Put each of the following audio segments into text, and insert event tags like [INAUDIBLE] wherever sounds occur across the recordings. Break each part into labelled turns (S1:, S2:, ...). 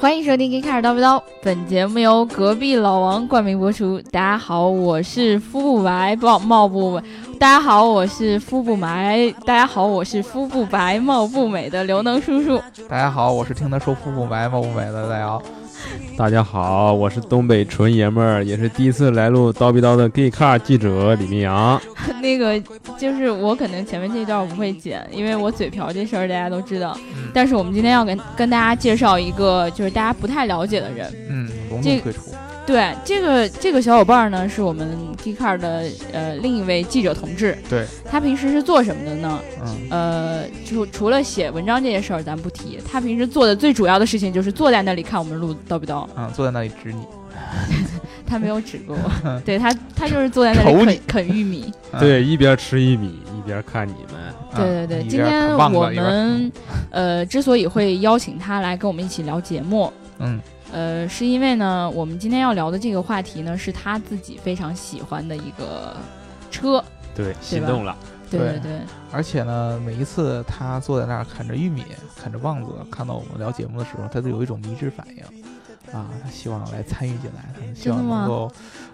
S1: 欢迎收听《给卡尔叨不叨》，本节目由隔壁老王冠名播出。大家好，我是肤不白貌貌不美。大家好，我是肤不白。大家好，我是肤不白貌不美的刘能叔叔。
S2: 大家好，我是听他说肤不白貌不美的大姚。
S3: 大家好，我是东北纯爷们儿，也是第一次来录叨逼叨的 gay car 记者李明阳。
S1: 那个就是我可能前面这一段我不会剪，因为我嘴瓢这事儿大家都知道。
S2: 嗯
S1: 但是我们今天要跟跟大家介绍一个就是大家不太了解的人。
S2: 嗯，隆
S1: 这
S2: 重推出。
S1: 对，这个这个小伙伴呢是我们 g c a r 的呃另一位记者同志。
S2: 对，
S1: 他平时是做什么的呢？
S2: 嗯，
S1: 呃，除除了写文章这些事儿咱不提，他平时做的最主要的事情就是坐在那里看我们录叨不叨。
S2: 嗯，坐在那里指你。
S1: 他没有指过
S2: [LAUGHS]
S1: 我，对他他就是坐在那里
S2: 瞅
S1: 啃啃玉米。
S2: 嗯，
S3: 对，一边吃一米，一边看你们。
S2: 嗯
S1: 对对对，
S2: 一
S1: 今
S2: 边
S1: 天
S2: 啃棒子
S1: 我
S2: 一边啃
S1: 们呃之所以会邀请他来跟我们一起聊节目，
S2: 嗯
S1: 呃，是因为呢，我们今天要聊的这个话题呢，是他自己非常喜欢的一个车，
S3: 对，心动了。
S1: 对
S2: 对
S1: 对，
S2: 而且呢，每一次他坐在那儿啃着玉米、啃着棒子，看到我们聊节目的时候，他都有一种迷之反应，啊，他希望来参与进来，他希望
S1: 真的吗
S2: 能够，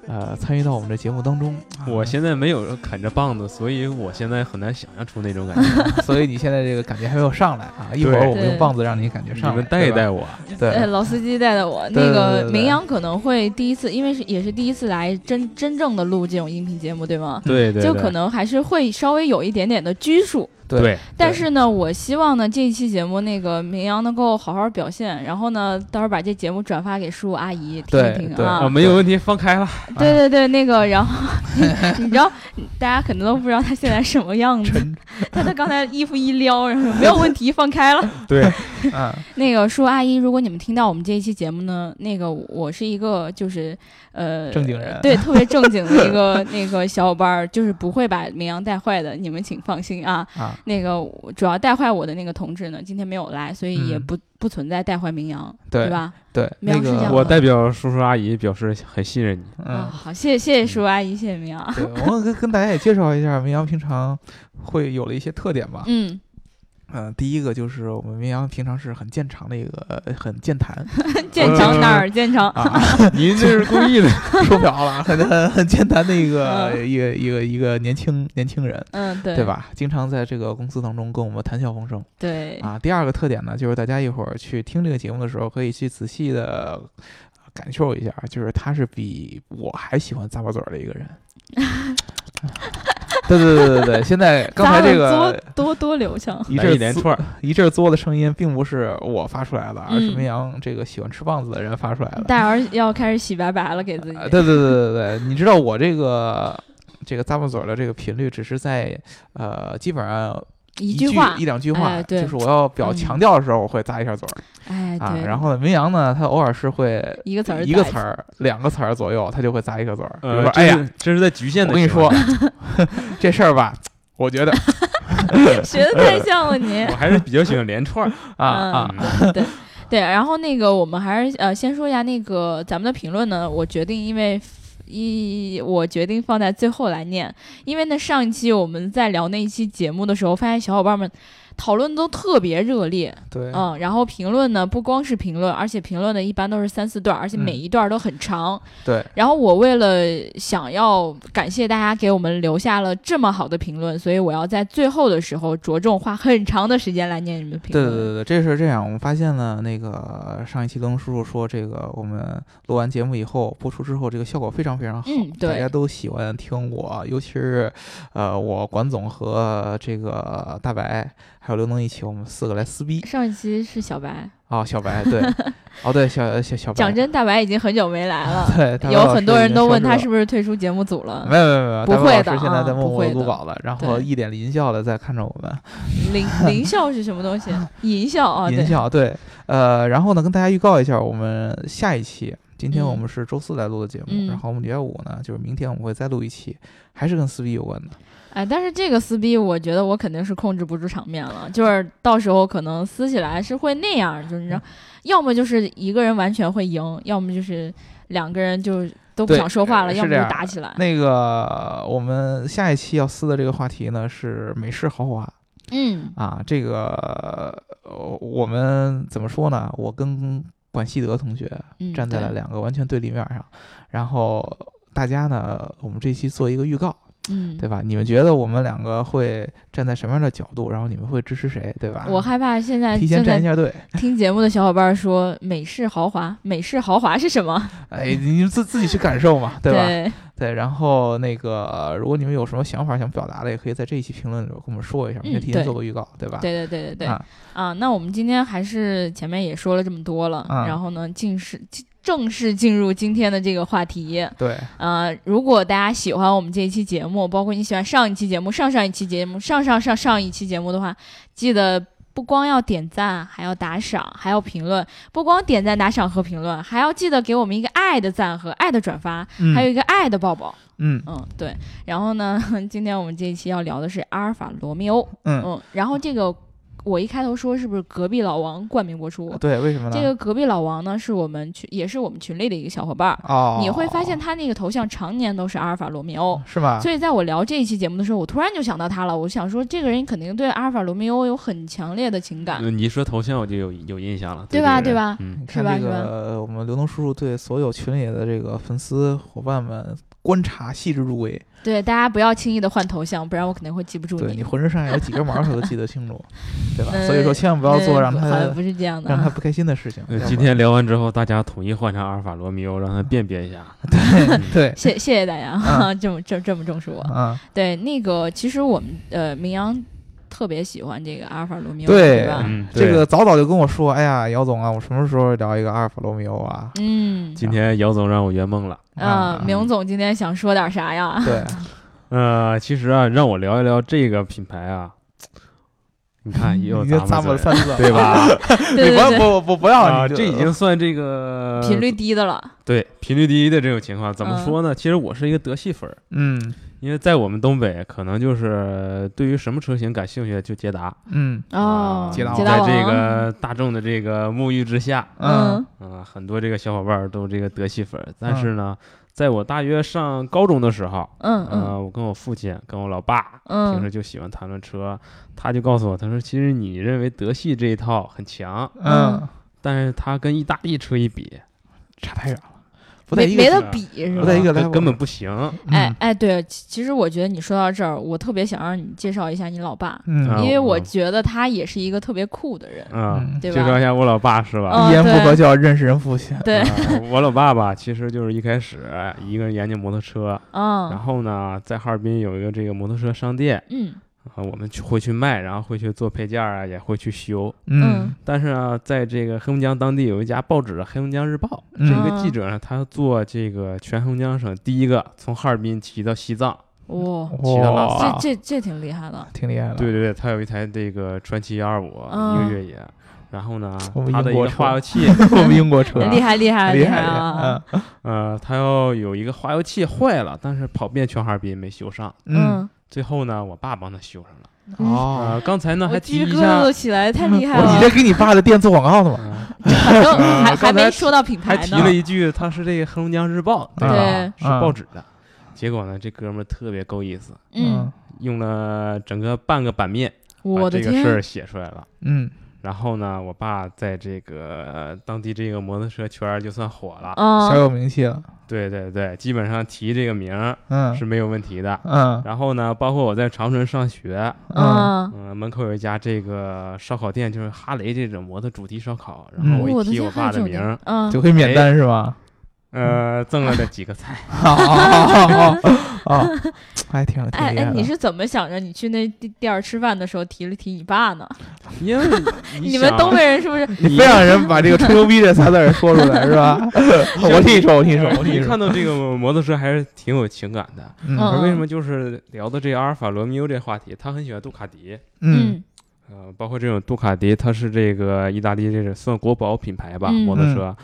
S2: 呃，参与到我们的节目当中。啊
S3: 我现在没有呃啃着棒子，所以我现在很难想象出那种感 [LAUGHS] 觉。
S2: 嗯所以你现在这个感觉还没有上来啊，一会儿我们
S1: 对
S2: 用棒子让你感觉
S3: 你
S2: 上来，
S3: 们带一带
S2: 我。
S3: 我，
S1: 呃，
S2: 对，
S1: 老司机带的我，
S2: 对
S1: 那
S2: 对
S1: 个
S2: 对对
S1: 明阳可能会第一次，因为是也是第一次来真真正的录这种音频节目，对吗？
S3: 对对，
S1: 就
S3: 对
S1: 可能还是会稍微有一点点的拘束，
S2: 对
S3: 对
S1: 但是呢，我希望呢这一期节目那个明阳能够好好表现，然后呢，到时候把这节目转发给叔叔阿姨听
S2: 对
S1: 一听
S2: 对嗯
S1: 啊。
S3: 啊，没有问题，放开了。
S1: 对对对，那个，然后你知 [LAUGHS] 道，大家可能都不知道他现在什么样
S2: [LAUGHS]
S1: 子。他他刚才衣服一撩，然后没有问题，放
S2: [LAUGHS]
S1: 开了。
S3: 对，
S2: 嗯，
S1: 那个叔阿姨，如果你们听到我们这一期节目呢，那个我是一个就是呃
S2: 正经人
S1: 对，特别正经的一
S2: [LAUGHS]
S1: 个那个小伙伴儿，就是不会把绵羊带坏的，你们请放心啊。
S2: 啊，
S1: 那个我主要带坏我的那个同志呢，今天没有来，所以也
S2: 嗯
S1: 不、不存在带坏绵羊，
S2: 对
S1: 吧？ [LAUGHS]
S2: 对，
S1: 没有
S2: 那
S1: 是这样
S2: 个
S3: 我代表叔叔阿姨表示很信任你。
S1: 啊，
S2: 嗯，啊
S1: 好，谢谢谢谢叔阿姨，谢谢绵羊。
S2: 对，我们跟跟大家也介绍一下，明阳平常会有了一些特点吧。
S1: 嗯， [LAUGHS]
S2: 嗯、第一个就是我们明阳平常是很健长的一个，呃很
S1: [LAUGHS]
S2: 健谈
S1: 见长哪儿见长。
S2: 啊，
S3: [LAUGHS] 您这是故意 [LAUGHS] 的。
S2: 说不了了，很很很健谈的一个、
S1: 嗯
S2: 一个一个一个年轻年轻人，
S1: 嗯，对，
S2: 对？吧？经常在这个公司当中跟我们谈笑风生
S1: 对，
S2: 啊。第二个特点呢，就是大家一会儿去听这个节目的时候，可以去仔细的。感受一下，就是他是比我还喜欢咂巴嘴儿的一个
S1: [LAUGHS]
S2: 人。对对对对对，现在刚才这个
S1: 咂得多多多流畅，
S2: 一
S3: 来
S2: 阵
S3: 一连
S2: 嘬
S3: 串儿，
S2: 一阵作的声音，并不是我发出来的，而是
S1: 嗯
S2: 明阳这个喜欢吃棒子的人发出来的。
S1: 大姚要开始洗白白了，给自己。
S2: 啊，对对对对对，你知道我这个这个咂巴嘴儿的这个频率，只是在呃，基本上
S1: 一
S2: 句
S1: 句话
S2: 一，两句话，
S1: 哎对
S2: 就是我要表
S1: 嗯
S2: 强调的时候，我会咂一下嘴儿、
S1: 哎，
S2: 啊。
S1: 对，
S2: 然后呢，明阳呢，他偶尔是会
S1: 一个词儿，
S2: 一个词，儿、两个词儿左右，他就会咂一个嘴儿。比如
S3: [LAUGHS] 呃
S2: 说，，
S3: 这
S2: 哎呀，
S3: 是这是在局限的。
S2: 我跟你说， [LAUGHS] 这事儿吧，
S1: [LAUGHS]
S2: 我觉得 [LAUGHS]
S1: 学的太像了你
S3: 我还是比较喜欢连串儿。
S2: 啊啊，
S3: 嗯
S1: 对，然后那个我们还是呃，先说一下那个咱们的评论呢，我决定因为。一，我决定放在最后来念，因为呢，上一期我们在聊那一期节目的时候，发现小伙伴们讨论都特别热烈，
S2: 对，
S1: 嗯，然后评论呢，不光是评论，而且评论的一般都是三四段儿，而且每
S2: 嗯
S1: 一段儿都很长，
S2: 对，
S1: 然后我为了想要感谢大家给我们留下了这么好的评论，所以我要在最后的时候着重花很长的时间来念你们的评
S2: 对
S1: 论。
S2: 对对对，这是这样。我们发现呢，那个上一期跟叔叔说，这个我们录完节目以后播出之后，这个效果非常非常好，
S1: 嗯对
S2: 大家都喜欢听我，尤其是呃，我管总和这个大白还有刘能一起，我们四个来撕逼
S1: 上一期是小白，
S2: 啊、小
S1: [LAUGHS]
S2: 白对，哦对，小小小白，
S1: 讲真，大白已经很久没来了，
S2: 对， [LAUGHS] 大白
S1: 有
S2: 老
S1: 很
S2: 师
S1: 多
S2: 已
S1: 人
S2: 经
S1: 都
S2: 消
S1: 问
S2: 失
S1: 他
S2: 了
S1: 是不是退出节目组了
S2: 没。有没有没有，
S1: 不
S2: 大白
S1: 会
S2: 老
S1: 的
S2: 师现在
S1: 啊
S2: 在默
S1: 不
S2: 默
S1: 会
S2: 地读
S1: 的
S2: 稿了，然后
S1: 对
S2: 一脸淫笑的在看着我们， [LAUGHS]
S1: 林林笑是什么东西？淫笑啊，
S2: 音
S1: 对，
S2: 效对，呃，然后呢，跟大家预告一下，我们下一期，今天我
S1: 嗯
S2: 们是周四来录的节目，
S1: 嗯
S2: 然后我们礼拜五呢，就是明天我们会再录一期，还是跟撕逼有关的。
S1: 哎，但是这个撕逼，我觉得我肯定是控制不住场面了，就是到时候可能撕起来是会那
S2: 嗯
S1: 样，就是你知道，要么就是一个人完全会赢，要么就是两个人就都不
S2: 对
S1: 想说话了，
S2: 是
S1: 要么
S2: 这
S1: 就
S2: 样
S1: 打起来。
S2: 那个我们下一期要撕的这个话题呢是美式豪华
S1: 嗯
S2: 啊，这个呃我们怎么说呢？我跟管希德同学
S1: 嗯，
S2: 站在
S1: 对
S2: 了两个完全对立面上，然后大家呢，我们这期做一个预告，
S1: 嗯，
S2: 对吧？你们觉得我们两个会站在什么样的角度，然后你们会支持谁，对吧？
S1: 我害怕现在
S2: 提
S1: 正
S2: 前站一
S1: 在 [LAUGHS]
S2: 下队，
S1: 听节目的小伙伴说美式豪华，美式豪华是什么？
S2: 哎，你自自己去感受嘛，对吧？
S1: 对
S2: 对，然后那个，如果你们有什么想法想表达的，也可以在这一期评论里跟我们说一下，我
S1: 嗯
S2: 们先提前
S1: 对
S2: 做个预告，对吧？
S1: 对对对对对
S2: 啊
S1: 啊！那我们今天还是前面也说了这么多了，
S2: 嗯
S1: 然后呢，进是进正式进入今天的这个话题。
S2: 对，
S1: 呃，如果大家喜欢我们这一期节目，包括你喜欢上一期节目、上上一期节目、上上上上一期节目的话，记得不光要点赞，还要打赏，还要评论。不光点赞、打赏和评论，还要记得给我们一个爱的赞和爱的转发，
S2: 嗯
S1: 还有一个爱的抱抱。
S2: 嗯
S1: 嗯，对。然后呢， [LAUGHS] 今天我们这一期要聊的是阿尔法罗密欧。
S2: 嗯，
S1: 嗯，然后这个我一开头说是不是隔壁老王冠名播出？
S2: 对，为什么呢？
S1: 这个隔壁老王呢，是我们群也是我们群里的一个小伙伴儿。
S2: 哦，嗯
S1: 你会发现他那个头像常年都是阿尔法罗密欧。
S2: 是吧？
S1: 所以在我聊这一期节目的时候，我突然就想到他了。我想说，这个人肯定对阿尔法罗密欧有很强烈的情感。
S3: 嗯 [LAUGHS] 你一说头像我就有有印象了，
S1: 对
S3: 这
S1: 吧
S3: 个
S1: 对
S3: 人
S1: 吧
S3: 嗯，
S2: 你看
S1: 吧
S2: 这
S1: 是吧
S2: 个，我们刘能叔叔对所有群里的这个粉丝伙伴们观察细致入微，
S1: 对，大家不要轻易的换头像，不然我肯定会记不住
S2: 对
S1: 你
S2: 你。浑身上下有几根毛儿他都记得
S1: [LAUGHS]
S2: 清楚，对吧？
S1: 嗯
S2: 所以说千万不要做
S1: 嗯
S2: 让
S1: 好像
S2: 他
S1: 不是这样的
S2: 让他
S1: 啊。
S2: 不开心的事情。
S3: 呃
S2: 要
S3: 今
S2: 不然
S3: 天聊完之后，大家统一换成阿尔法罗密欧，让他辨别
S1: 哎
S3: 一下。
S2: 对，
S1: 谢谢谢大家，这么这这么重视我。
S2: 嗯，
S1: 对，那个其实我们呃，明阳特别喜欢这个阿尔法罗密欧，
S2: 对
S1: 对吧？
S3: 嗯，
S2: 这
S3: 对
S2: 个早早就跟我说，哎呀，姚总啊，我什么时候聊一个阿尔法罗密欧啊？
S1: 嗯，
S3: 今天姚总让我圆梦了。
S1: 呃，明总今天想说点啥呀？
S3: [LAUGHS]
S2: 对，
S3: 呃，其实啊，让我聊一聊这个品牌啊，
S1: 嗯
S3: 你看又
S2: 你就
S3: 咂
S2: 咂
S3: 巴
S2: 巴了
S3: 嘴了，
S2: 三次，
S3: 对？吧？
S1: [LAUGHS] 对对
S2: 你
S1: 对，
S2: 不不不不要，
S3: 啊，
S2: 你就
S3: 这已经算这个
S1: [LAUGHS] 频率低的了。
S3: 对频率第一的这种情况，怎么
S1: 嗯
S3: 说呢？其实我是一个德系粉儿，
S2: 嗯
S3: 因为在我们东北，可能就是对于什么车型感兴趣就捷达
S2: 嗯
S3: 啊
S1: 哦，
S2: 捷达
S1: 捷
S2: 王
S1: 达王，
S3: 在这个大众的这个沐浴之下，
S1: 嗯，
S3: 啊、很多这个小伙伴儿都这个德系粉
S2: 嗯
S3: 儿，但是呢，在我大约上高中的时候，
S1: 嗯嗯
S3: 呃，我跟我父亲跟我老爸。平
S1: 嗯
S3: 时就喜欢谈论车，
S2: 嗯
S3: 他就告诉我，他说其实你认为德系这一套很强，
S2: 嗯，
S3: 但是它跟意大利车一比，
S2: 差太远了，不在
S1: 没
S2: 一
S1: 没
S2: 个
S1: 得
S3: 是
S1: 比是
S2: 嗯不
S1: 吧
S2: 在？一个
S3: 呃根
S2: level
S3: 根本
S2: 上
S3: 不行。
S1: 哎
S2: 嗯
S1: 哎，对，其其实我觉得你说到这儿，我特别想让你介绍一下你老爸，
S3: 啊
S1: 因
S2: 嗯，
S1: 为我
S3: 嗯
S1: 觉得他也是一个特别酷的人。
S3: 啊，
S2: 嗯
S1: 对
S3: 介
S1: 吧
S3: 绍一下我老爸是吧？
S1: 嗯
S2: 一言
S1: 对
S2: 不合就要认识人父亲，
S1: 对，
S3: 啊我老爸吧，其实就是一开始一个人研究摩托车，然
S1: 嗯
S3: 后呢，在哈尔滨有一个这个摩托车商店，
S1: 嗯
S3: 啊，我们去会去卖，然后会去做配件啊，也会去修。
S2: 嗯
S3: 但是呢，在这个黑龙江当地有一家报纸《黑龙江日报》，这
S2: 嗯
S3: 一个记者呢，他做这个全黑龙江省第一个从哈尔滨骑到西藏。
S1: 哇，
S3: 骑到拉
S2: 哇，
S1: 这这这挺厉害的。
S2: 挺厉害的，
S3: 对对对，他有一台这个传奇幺二五，一
S1: 嗯
S3: 个越野。然后呢
S2: 我，们
S3: 他的
S2: 英
S3: 一
S2: 国
S3: 个
S2: 车
S3: 化
S2: [LAUGHS]
S3: 油器，
S2: 我们英国车
S1: [LAUGHS] 厉害厉害
S2: [LAUGHS] 厉害
S1: 啊！
S2: 呀，嗯
S3: 呃，他要有一个化油器坏了，但是跑遍全哈尔滨没修上。
S2: 嗯
S3: 最后呢，我爸帮他修上了。
S2: 嗯哦，
S3: 呃，刚才呢还
S1: 我
S3: 提
S1: 鸡皮
S3: 一
S1: 疙瘩
S3: 下
S1: 都，起来，太厉害
S2: 我你
S1: 了
S2: 这！给你爸的店做广告的嘛？
S3: 呃
S1: 反正还
S3: 呃
S1: 还
S3: 刚
S1: 没
S3: 才
S1: 说到品牌
S3: 还
S1: 呢。
S3: 提了一句，他是这个黑龙江日报，
S2: 对
S3: 吧？是
S2: 嗯
S3: 报纸的。结果呢，这哥们儿特别够意思，
S1: 嗯，
S3: 用了整个半个版面把
S1: 我的
S3: 这个事
S1: 天
S3: 儿，写出来了。
S2: 嗯
S3: 然后呢，我爸在这个、呃当地这个摩托车圈儿就算火了。
S2: 小
S1: 嗯
S2: 有名气了，
S3: 对对对，基本上提这个名儿
S1: 啊
S2: 嗯
S3: 是没有问题的。
S2: 嗯
S3: 然后呢，包括我在长春上学，
S2: 嗯
S1: 嗯，
S3: 嗯、门口有一家这个烧烤店，就是哈雷这种摩托主题烧烤。然后
S2: 嗯
S3: 我
S1: 我的
S3: 一提
S1: 天，
S3: 我
S1: 还
S3: 爸
S1: 有这
S3: 的
S1: 种
S3: 名
S1: 店
S3: 儿，
S1: 嗯，
S2: 就可以免单是吧？
S3: 呃，赠了他几
S1: [LAUGHS]
S3: 个菜。
S2: 哦哦 [LAUGHS] 哦，还挺挺
S1: 哎
S2: 厉害
S1: 哎，
S2: 的。
S1: 你是怎么想着你去那地店儿吃饭的时候提了提你爸呢？
S3: 因为啊
S1: 你们东北人是不是？
S3: 嗯
S2: 你非让人把这个吹牛逼这仨字儿说出来是 [LAUGHS] 吧？我替你说，我替你说，我替
S3: 一
S2: 你说
S3: 看。到这个摩托车还是挺有情感的。
S1: 嗯
S3: 而为什么就是聊到这阿尔法罗密欧这话题，他很喜欢杜卡迪，
S2: 嗯
S3: 呃，包括这种杜卡迪，它是这个意大利这种算国宝品牌吧，
S1: 嗯
S3: 摩托车。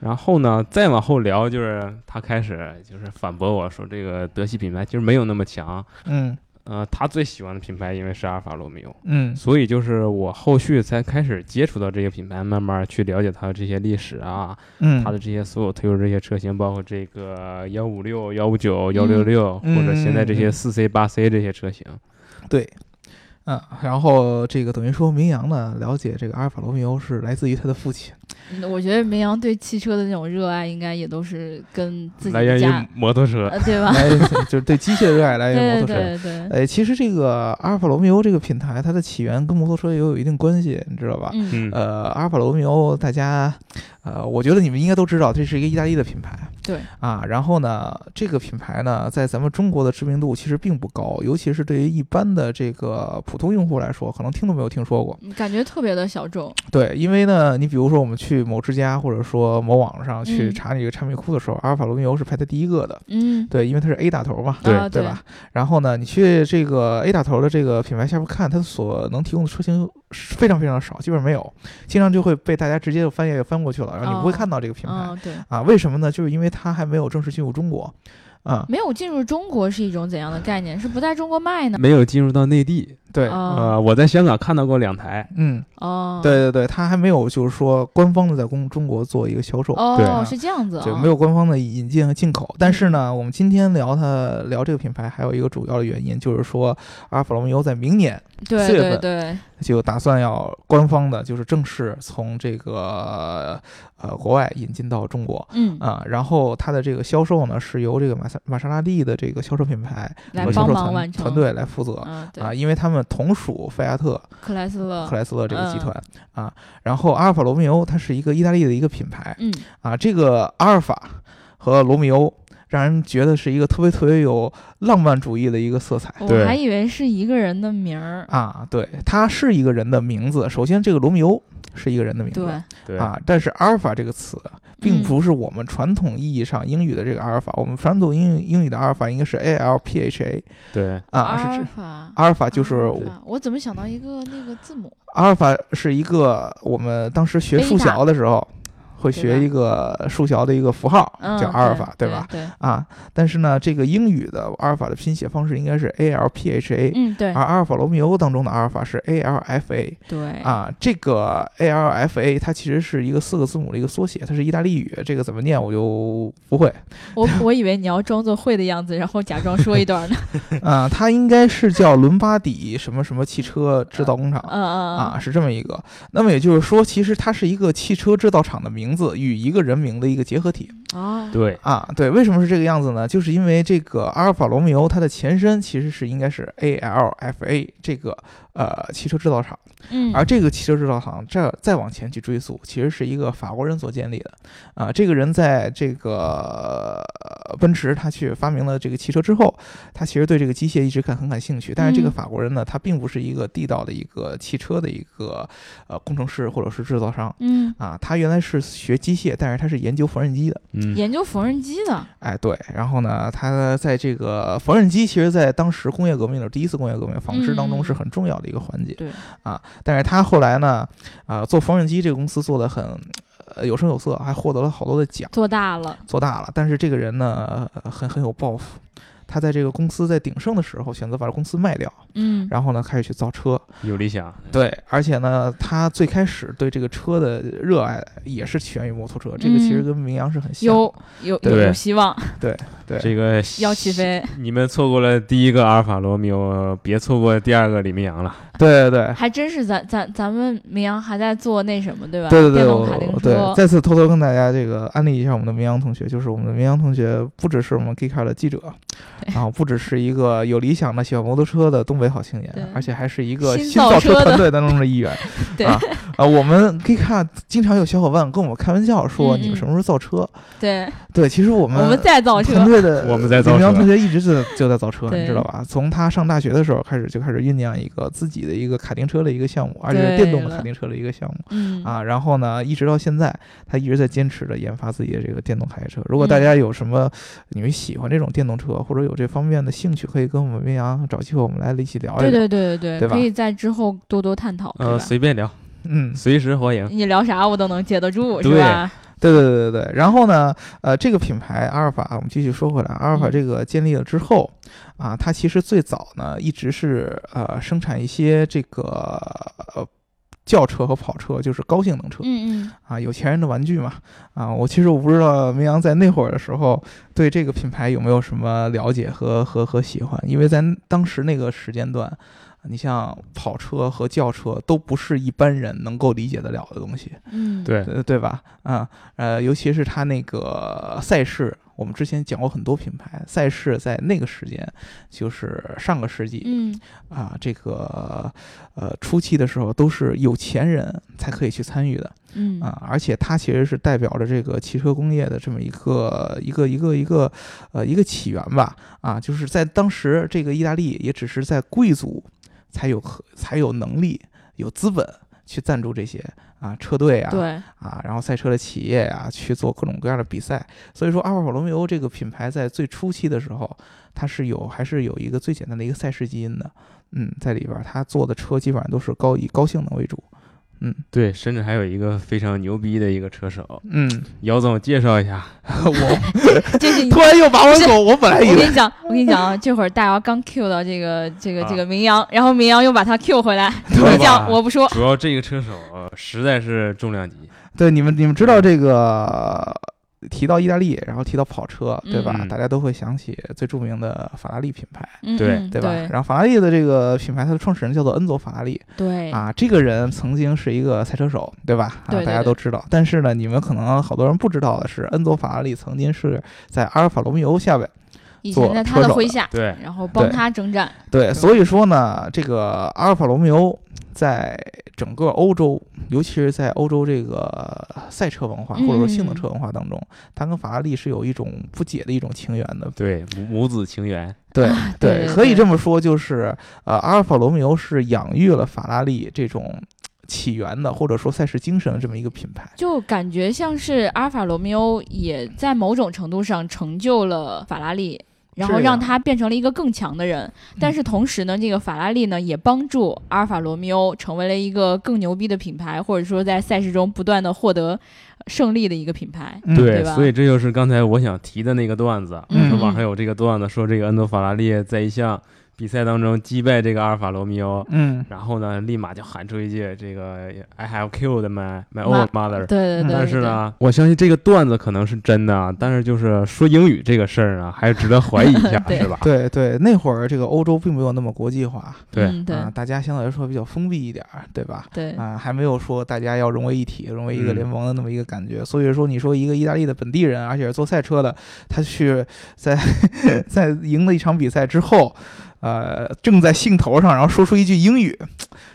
S3: 然后呢，再往后聊，就是他开始就是反驳我说，这个德系品牌其实没有那么强，
S2: 嗯
S3: 呃，他最喜欢的品牌因为是阿尔法罗密欧，
S2: 嗯
S3: 所以就是我后续才开始接触到这个品牌，慢慢去了解它的这些历史啊，
S2: 嗯，
S3: 它的这些所有推出这些车型，包括这个幺五六、幺五九、幺六六，或者现在这
S2: 嗯嗯
S3: 些
S2: 嗯
S3: 四 C、八 C 这些车型。
S2: 对，嗯，然后这个等于说，明阳呢了解这个阿尔法罗密欧是来自于他的
S1: [LAUGHS]
S2: 父亲，
S1: 嗯我觉得明阳对汽车的那种热爱，应该也都是跟自
S3: 来
S1: 己
S3: 源
S1: 家
S3: 于，摩托车。
S1: 呃，对吧？
S2: 来就是对机械的热爱来源于
S1: 对
S2: 摩托车。
S1: 对对，
S2: 哎，其实这个阿尔法罗密欧这个品牌，它的起源跟摩托车也有一定关系，你知道吧？
S1: 嗯
S3: 嗯，
S2: 呃，阿尔法罗密欧，大家，呃，我觉得你们应该都知道，这是一个意大利的品牌。
S1: 对
S2: 啊，然后呢，这个品牌呢，在咱们中国的知名度其实并不高，尤其是对于一般的这个普通用户来说，可能听都没有听说过。
S1: 嗯感觉特别的小众，
S2: 对，因为呢，你比如说我们去某之家或者说某网上去
S1: 嗯
S2: 查你这个产品库的时候，阿尔法罗密欧是排在第一个的。
S1: 嗯，
S2: 对，因为它是 A 打头嘛，
S3: 对
S1: 啊
S2: 对吧？？然后呢，你去这个 A 打头的这个品牌下边看，它所能提供的车型是非常非常少，基本上没有，经常就会被大家直接就翻页翻过去了，然后你不会
S1: 哦
S2: 看到这个品牌、
S1: 嗯，对，
S2: 啊？为什么呢？就是因为它还没有正式进入中国，啊，
S1: 没有进入中国是一种怎样的概念？是不在中国卖呢？
S3: 没有进入到内地。
S2: 对，
S1: 哦
S3: 呃，我在香港看到过两台，
S2: 嗯，
S1: 哦，
S2: 对对对，它还没有就是说官方的在中中国做一个销售，
S3: 对
S1: 哦嗯
S3: 啊，
S1: 是这样子啊，
S2: 对，没有官方的引进和进口。但是呢，我们今天聊它聊这个品牌，还有一个主要的原因就是说，阿尔法罗密欧在明年
S1: 对
S2: 四月
S1: 对
S2: 份
S1: 对，
S2: 就打算要官方的，就是正式从这个呃国外引进到中国。
S1: 嗯，
S2: 啊、然后它的这个销售呢，是由这个玛莎玛莎拉蒂的这个销售品牌
S1: 来
S2: 和销
S1: 帮
S2: 售
S1: 忙
S2: 团
S1: 完成
S2: 团队来负责
S1: 嗯，
S2: 啊，
S1: 对，嗯
S2: 因为他们同属菲亚特、
S1: 克莱斯勒
S2: 克，莱斯勒这个集团、啊。然后阿尔法罗密欧它是一个意大利的一个品牌
S1: 嗯，
S2: 啊，这个阿尔法和罗密欧让人觉得是一个特别特别有浪漫主义的一个色彩。
S1: 我
S3: 对
S1: 还以为是一个人的名儿，
S2: 啊，对，它是一个人的名字。首先，这个罗密欧是一个人的名字
S1: 对，
S3: 对，
S2: 啊，但是阿尔法这个词并
S1: 嗯
S2: 不是我们传统意义上英语的这个阿尔法，我们传统英语英语的阿尔法应该是 A L P H A
S3: 对，
S2: 啊，
S1: 阿啊
S2: 是
S1: 尔
S2: 指
S1: 法，
S2: 阿尔法就是
S1: 阿尔法我怎么想到一个那个字母？
S2: 阿尔法是一个我们当时学数
S1: 贝塔
S2: 学的时候会
S1: 对
S2: 学
S1: 吧
S2: 一个数学的一个符号
S1: 嗯，
S2: 叫阿尔法，
S1: 对
S2: 吧？？
S1: 对，
S2: 啊，但是呢，这个英语的阿尔法的拼写方式应该是 A L P H A，
S1: 嗯，对
S2: 而阿尔法罗密欧当中的阿尔法是 A L F A。
S1: 对，
S2: 啊，这个 A L F A 它其实是一个四个字母的一个缩写，它是意大利语，这个怎么念我就不会。
S1: 我我以为你要装作会的样子，然后假装说一
S2: [LAUGHS]
S1: 段呢。
S2: 啊、它应该是叫伦巴底什么什么汽车制造工厂。
S1: 嗯嗯
S2: 啊，，是这么一个。那么也就是说，其实它是一个汽车制造厂的名字与一个人名的一个结合体
S1: 嗯哦，
S3: 对，
S2: 啊。对，为什么是这个样子呢？就是因为这个阿尔法罗密欧它的前身其实是应该是 A L F A 这个呃汽车制造厂。
S1: 嗯，
S2: 而这个汽车制造厂，这再往前去追溯，其实是一个法国人所建立的。啊，这个人在这个呃奔驰他去发明了这个汽车之后，他其实对这个机械一直感很感兴趣。但是这个
S1: 嗯
S2: 法国人呢，他并不是一个地道的一个汽车的一个呃工程师或者是制造商。
S1: 嗯，
S2: 啊，他原来是学机械，但是他是研究缝纫机的。
S3: 嗯，
S1: 研究缝纫机的，
S2: 哎，对，然后呢，他在这个缝纫机，其实在当时工业革命的第一次工业革命纺织当
S1: 嗯
S2: 中是很重要的一个环节。
S1: 对，
S2: 啊，但是他后来呢，啊、做缝纫机这个公司做的很呃有声有色，还获得了好多的奖，
S1: 做大了，
S2: 做大了。但是这个人呢，呃很很有抱负。他在这个公司在鼎盛的时候，选择把公司卖掉，
S1: 嗯，
S2: 然后呢，开始去造车。
S3: 有理想，
S2: 对，而且呢，他最开始对这个车的热爱也是起源于摩托车，这个其实
S1: 嗯
S2: 跟明阳是很像。
S1: 有有有
S3: 对
S1: 有希望
S2: 对
S3: 这个
S1: 要起。飞，
S3: 你们错过了第一个阿尔法罗密欧，别错过第二个李明阳了。
S2: 对对
S1: [LAUGHS]
S2: 对，
S1: 还真是咱咱咱们明阳还在做那什么对吧？
S2: 对对对，
S1: 电动卡
S2: 我
S1: 丁
S2: 对，
S1: 车，
S2: 再次偷偷跟大家这个安利一下我们的明阳同学，就是我们的明阳同学不只是我们 Geekcar 的记者，
S1: 对
S2: 然后不只是一个有理想的喜欢摩托车的东北好青
S1: 对
S2: 年，而且还是一个
S1: 新
S2: 新
S1: 造
S2: 造
S1: 车
S2: 车
S1: 的。
S2: 团队当中的一员
S1: 对
S2: 啊，啊，我们 Geekcar 经常有小伙伴跟我们开玩笑说，
S1: 嗯嗯
S2: 你们什么时候造车？
S1: 对，
S2: 对，其实我
S1: 我
S2: 们
S1: 们再造车，
S2: 团队的
S3: [LAUGHS] 我们在造
S2: 明阳
S3: 车
S2: 同学一直就就在造车，
S1: 对
S2: 你知道吧？从他上大学的时候开始就开始酝酿一个自己的一个卡丁车的一个项目，而且是
S1: 对
S2: 电动的
S1: 了
S2: 卡丁车的一个项目。
S1: 嗯，
S2: 啊，然后呢，一直到现在，他一直在坚持着研发自己的这个电动卡丁车。如果大
S1: 嗯
S2: 家有什么你们喜欢这种电动车，或者有这方面的兴趣，可以跟我们明阳找机会，我们来一起聊一聊。
S1: 对对对对
S2: 哎对吧
S1: 可以在之后多多探讨，
S3: 呃，
S1: 是吧？
S3: 随便聊，
S2: 嗯，
S3: 随时欢迎。
S1: 你聊啥我都能接得住，是
S3: 对
S1: 吧？
S2: 对对对对对。然后呢，呃，这个品牌阿尔法，我们继续说回来，阿
S1: 嗯
S2: 尔法这个建立了之后，啊，它其实最早呢一直是呃生产一些这个呃轿车和跑车，就是高性能车
S1: 嗯嗯，
S2: 啊，有钱人的玩具嘛啊。我其实我不知道明阳在那会儿的时候对这个品牌有没有什么了解和和和喜欢，因为在当时那个时间段。你像跑车和轿车都不是一般人能够理解得了的东西，
S1: 嗯，
S3: 对，
S2: 对对吧？啊、呃，尤其是它那个赛事，我们之前讲过很多品牌赛事，在那个时间，就是上个世纪
S1: 嗯
S2: 啊、这个呃初期的时候，都是有钱人才可以去参与的
S1: 嗯
S2: 啊、而且它其实是代表着这个汽车工业的这么一个一个一个一个呃一个起源吧啊，就是在当时这个意大利也只是在贵族才有可才有能力有资本。去赞助这些啊车队啊，
S1: 对，
S2: 啊，然后赛车的企业呀、去做各种各样的比赛。所以说，阿尔法罗密欧这个品牌在最初期的时候，它是有还是有一个最简单的一个赛事基因的，嗯，在里边儿它做的车基本上都是高以高性能为主，嗯
S3: 对，甚至还有一个非常牛逼的一个车手，
S2: 嗯， [LAUGHS]
S3: 姚总介绍一下。
S1: 嗯
S2: 我
S1: 这是你
S2: [LAUGHS] 突然又把我
S1: 不是
S2: 走，我本来以
S1: 我
S2: 为
S1: 跟你讲，我跟你讲啊，这会儿大姚刚 Q 到这个这个
S3: 啊
S1: 这个明阳，然后明阳又把他 Q 回来，
S3: 对
S1: 你
S3: 吧
S1: 讲我不说，
S3: 主要这个车手、呃、实在是重量级，
S2: 对你们你们知道这个。提到意大利，然后提到跑车，对吧？
S3: 嗯
S2: 大家都会想起最著名的法拉利品牌，
S1: 嗯
S3: 对
S1: 嗯
S2: 对吧？然后法拉利的这个品牌，它的创始人叫做恩佐法拉利，
S1: 对
S2: 啊，这个人曾经是一个赛车手，对吧？啊，
S1: 对对
S2: 大家
S1: 对
S2: 都知道。但是呢，你们可能好多人不知道的是，恩佐法拉利曾经是在阿尔法罗密欧下边。
S1: 以
S2: 做
S1: 前在他
S2: 车
S1: 的
S2: 手
S1: 麾
S2: 的
S1: 下，
S3: 对
S1: 然后帮
S2: 对
S1: 他征战，
S2: 对，所以说呢，这个阿尔法罗密欧在整个欧洲，尤其是在欧洲这个赛车文化
S1: 嗯
S2: 或者说性能车文化当中，它跟法拉利是有一种不解的一种情缘的。
S3: 对母母子情缘，
S2: 对
S1: 啊对对
S2: 可以
S1: 对
S2: 这么说，就是呃，阿尔法罗密欧是养育了法拉利这种起源的或者说赛事精神的这么一个品牌。
S1: 就感觉像是阿尔法罗密欧也在某种程度上成就了法拉利。然后
S2: 是
S1: 让
S2: 呀
S1: 他变成了一个更强的人，但是同时呢，这个法拉利呢也帮助阿尔法罗密欧成为了一个更牛逼的品牌，或者说在赛事中不断的获得胜利的一个品牌。
S2: 嗯
S1: 对吧
S3: 所以这就是刚才我想提的那个段子，
S1: 嗯
S3: 说网上有这个段子，说这个恩佐法拉利在一项比赛当中击败这个阿尔法罗密欧，
S2: 嗯，
S3: 然后呢，立马就喊出一句这个 I have killed my my own
S1: 对
S3: mother。
S1: 对对，
S3: 嗯但是
S1: 对，，
S3: 呢，我相信这个段子可能是真的啊，但是就是说英语这个事儿啊，还是值得怀疑一下
S1: 对
S3: 是吧？
S2: [LAUGHS] 对对，那会儿这个欧洲并没有那么国际化，
S3: 对
S1: 嗯对
S2: 啊，大家相对来说比较封闭一点儿，对吧？
S1: 对，
S2: 啊，还没有说大家要融为一体、融为一个
S3: 嗯
S2: 联盟的那么一个感觉。所以说，你说一个意大利的本地人，而且是做赛车的，他去在
S3: [LAUGHS]
S2: 在赢了一场比赛之后，呃，正在兴头上，然后说出一句英语，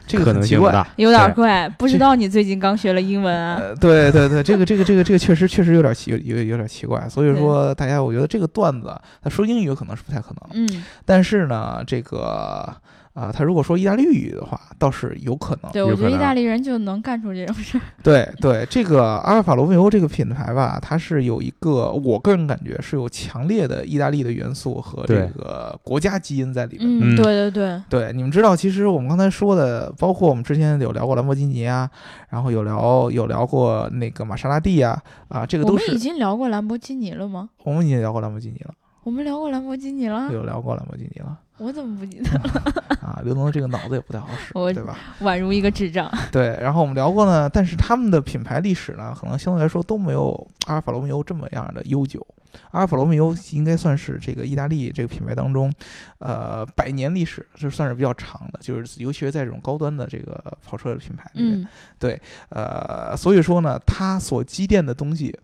S2: 这个
S3: 可
S2: 很
S3: 能
S2: 奇
S3: 性不
S2: 怪。
S3: 大。
S1: 有点
S3: 对
S1: 怪，不知
S2: 这
S1: 道你最近刚学了英文啊？
S2: 呃，对对对，这个这个这个这个确实确实有点奇有有有点奇怪，所以说大家我觉得这个段子，他说英语可能是不太可能，
S1: 嗯，
S2: 但是呢，这个啊、他如果说意大利语的话，倒是有可能。
S1: 对，
S3: 有
S1: 我觉
S3: 可
S1: 得意
S3: 能
S1: 大利人就能干出这种事儿。
S2: 对对，这个阿尔法罗密欧这个品牌吧，它是有一个，我个人感觉是有强烈的意大利的元素和这
S3: 对
S2: 个国家基因在里面。
S1: 嗯，
S3: 嗯
S1: 对对对，
S2: 对，你们知道，其实我们刚才说的，包括我们之前有聊过兰博基尼啊，然后有聊有聊过那个玛莎拉蒂啊，啊，这个
S1: 我
S2: 都
S1: 们已
S2: 是
S1: 经聊过兰博基尼了吗？
S2: 我们已经聊过兰博基尼了，
S1: 我们聊过兰博基尼了，
S2: 有聊过兰博基尼了
S1: 我怎么不记得？ [LAUGHS]
S2: 啊。刘能这个脑子也不太好 [LAUGHS] 使，
S1: 我
S2: 对吧？
S1: 宛如一个智障。
S2: 对，然后我们聊过呢，但是他们的品牌历史呢，可能相对来说都没有阿尔法罗密欧这么样的悠久。阿尔法罗密欧应该算是这个意大利这个品牌当中，呃，百年历史这算是比较长的，就是尤其是在这种高端的这个跑车品牌里面，
S1: 嗯，
S2: 呃，所以说呢，它所积淀的东西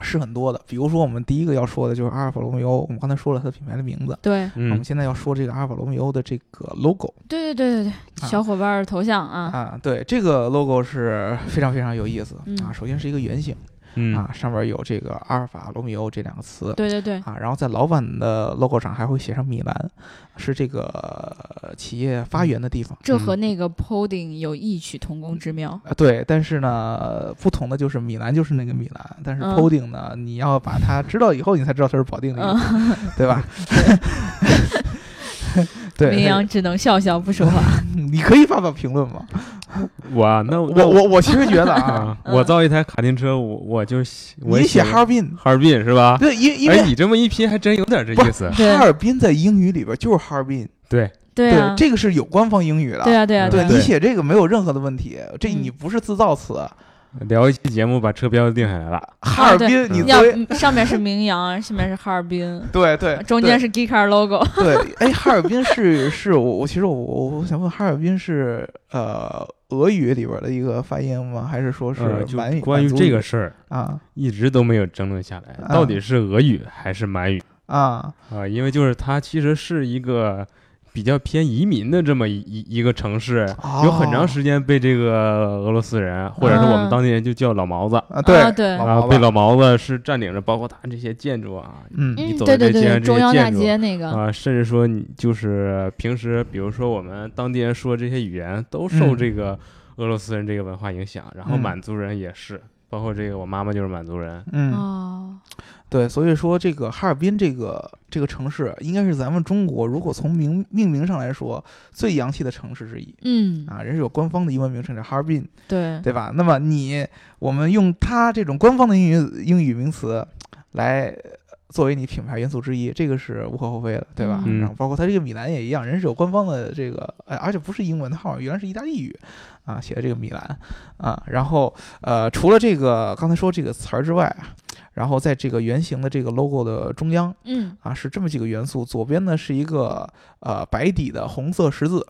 S2: 是很多的。比如说，我们第一个要说的就是阿尔法罗密欧，我们刚才说了它的品牌的名字，
S1: 对
S2: 我
S3: 嗯
S2: 们，现在要说这个阿尔法罗密欧的这个 logo。
S1: 对对对对对，
S2: 啊
S1: 小伙伴儿头像啊，
S2: 啊，对，这个 logo 是 [LAUGHS] 非常非常有意思、
S1: 嗯
S2: 啊。首先是一个圆形
S3: 嗯
S2: 啊，上面有这个阿尔法罗密欧这两个词
S1: 对对对，
S2: 啊，然后在老板的 logo 上还会写上米兰，是这个呃企业
S1: 嗯
S2: 发源的地方。
S1: 这和那个 Poding 有异曲同工之妙。
S2: 啊，对，但是呢，不同的就是米兰就是那个米兰，但是
S1: 嗯
S2: Poding 呢，你要把它知道以后，你才知道它是保定的意思，
S1: 嗯
S2: 对吧？ [LAUGHS] 对，
S1: 明阳只能笑笑不说话。
S2: 你可以发表评论吗？
S3: 我那
S2: 我我我其实觉得啊，
S3: 啊，我造一台卡丁车，我我就写 [LAUGHS] 我啊
S2: 你写哈
S3: 哈
S2: 尔滨，
S3: 哈尔滨是吧？
S2: 对，因因
S3: 哎，
S2: 为
S3: 你这么一拼，还真有点这意思。
S1: 对
S2: 哈尔滨在英语里边就是哈尔滨，
S3: 对，
S1: 对啊，
S2: 这个是有官方英语的。
S1: 对啊，对啊，
S3: 嗯
S2: 对
S1: 啊
S2: 你写这个没有任何的问题，这
S1: 嗯哦
S2: 你不是自造词。
S3: 聊一期节目把车标定下来了，
S2: 哈尔滨，
S1: 对嗯
S2: 你作
S1: 要
S2: 为
S1: 上面是名扬，下面是哈尔滨，
S2: 对 [LAUGHS] 对，
S1: [LAUGHS] 中
S2: 对
S1: 间是 Geekar logo。
S2: 对，哎，哈尔滨是是我我其实我我我想问，哈尔滨是呃俄语里边的一个发音吗？还是说是
S3: 呃，就
S2: 满语？
S3: 关于
S2: 满族
S3: 这
S2: 语
S3: 个事儿，
S2: 啊
S3: 一直都没有争论下来，
S2: 啊
S3: 到底是俄语还是满语
S2: 啊
S3: 啊？因为就是它其实是一个比较偏移民的这么一一一个城市，
S2: 哦
S3: 有很长时间被这个俄罗斯人或者是我们当地人就叫老毛子。
S2: 啊
S1: 啊
S2: 对
S1: 对
S2: 嗯老
S3: 啊，
S2: 毛
S3: 被
S2: 吧
S3: 老毛子是占领着，包括他这些建筑啊，
S2: 嗯
S3: 你
S1: 嗯，
S3: 走
S1: 对
S3: 的
S1: 对
S3: 这些
S1: 对，
S3: 这
S1: 中
S3: 些
S1: 央大
S3: 建筑
S1: 街那个，
S3: 啊，甚至说你就是平时，比如说我们当地人说这些语言，都受
S2: 嗯
S3: 这个俄罗斯人这个文化影响，然后
S2: 嗯
S3: 满族人也是，包括这个我妈妈就是满族人，
S2: 嗯
S1: 哦，
S2: 对，所以说这个哈尔滨这个这个城市应该是咱们中国如果从名命名上来说最洋气的城市之一
S1: 嗯，
S2: 啊，人是有官方的英文名称叫哈尔滨，
S1: 对，
S2: 对吧？那么你我们用它这种官方的英语英语名词来呃作为你品牌元素之一，这个是无可厚非的，对吧？
S3: 嗯
S2: 然后包括它这个米兰也一样，人是有官方的这个，呃，而且不是英文的号，原来是意大利语啊写的这个米兰啊。然后呃，除了这个刚才说这个词儿之外啊，然后在这个圆形的这个 logo 的中央
S1: 嗯，
S2: 啊是这么几个元素，左边呢是一个呃白底的红色十字，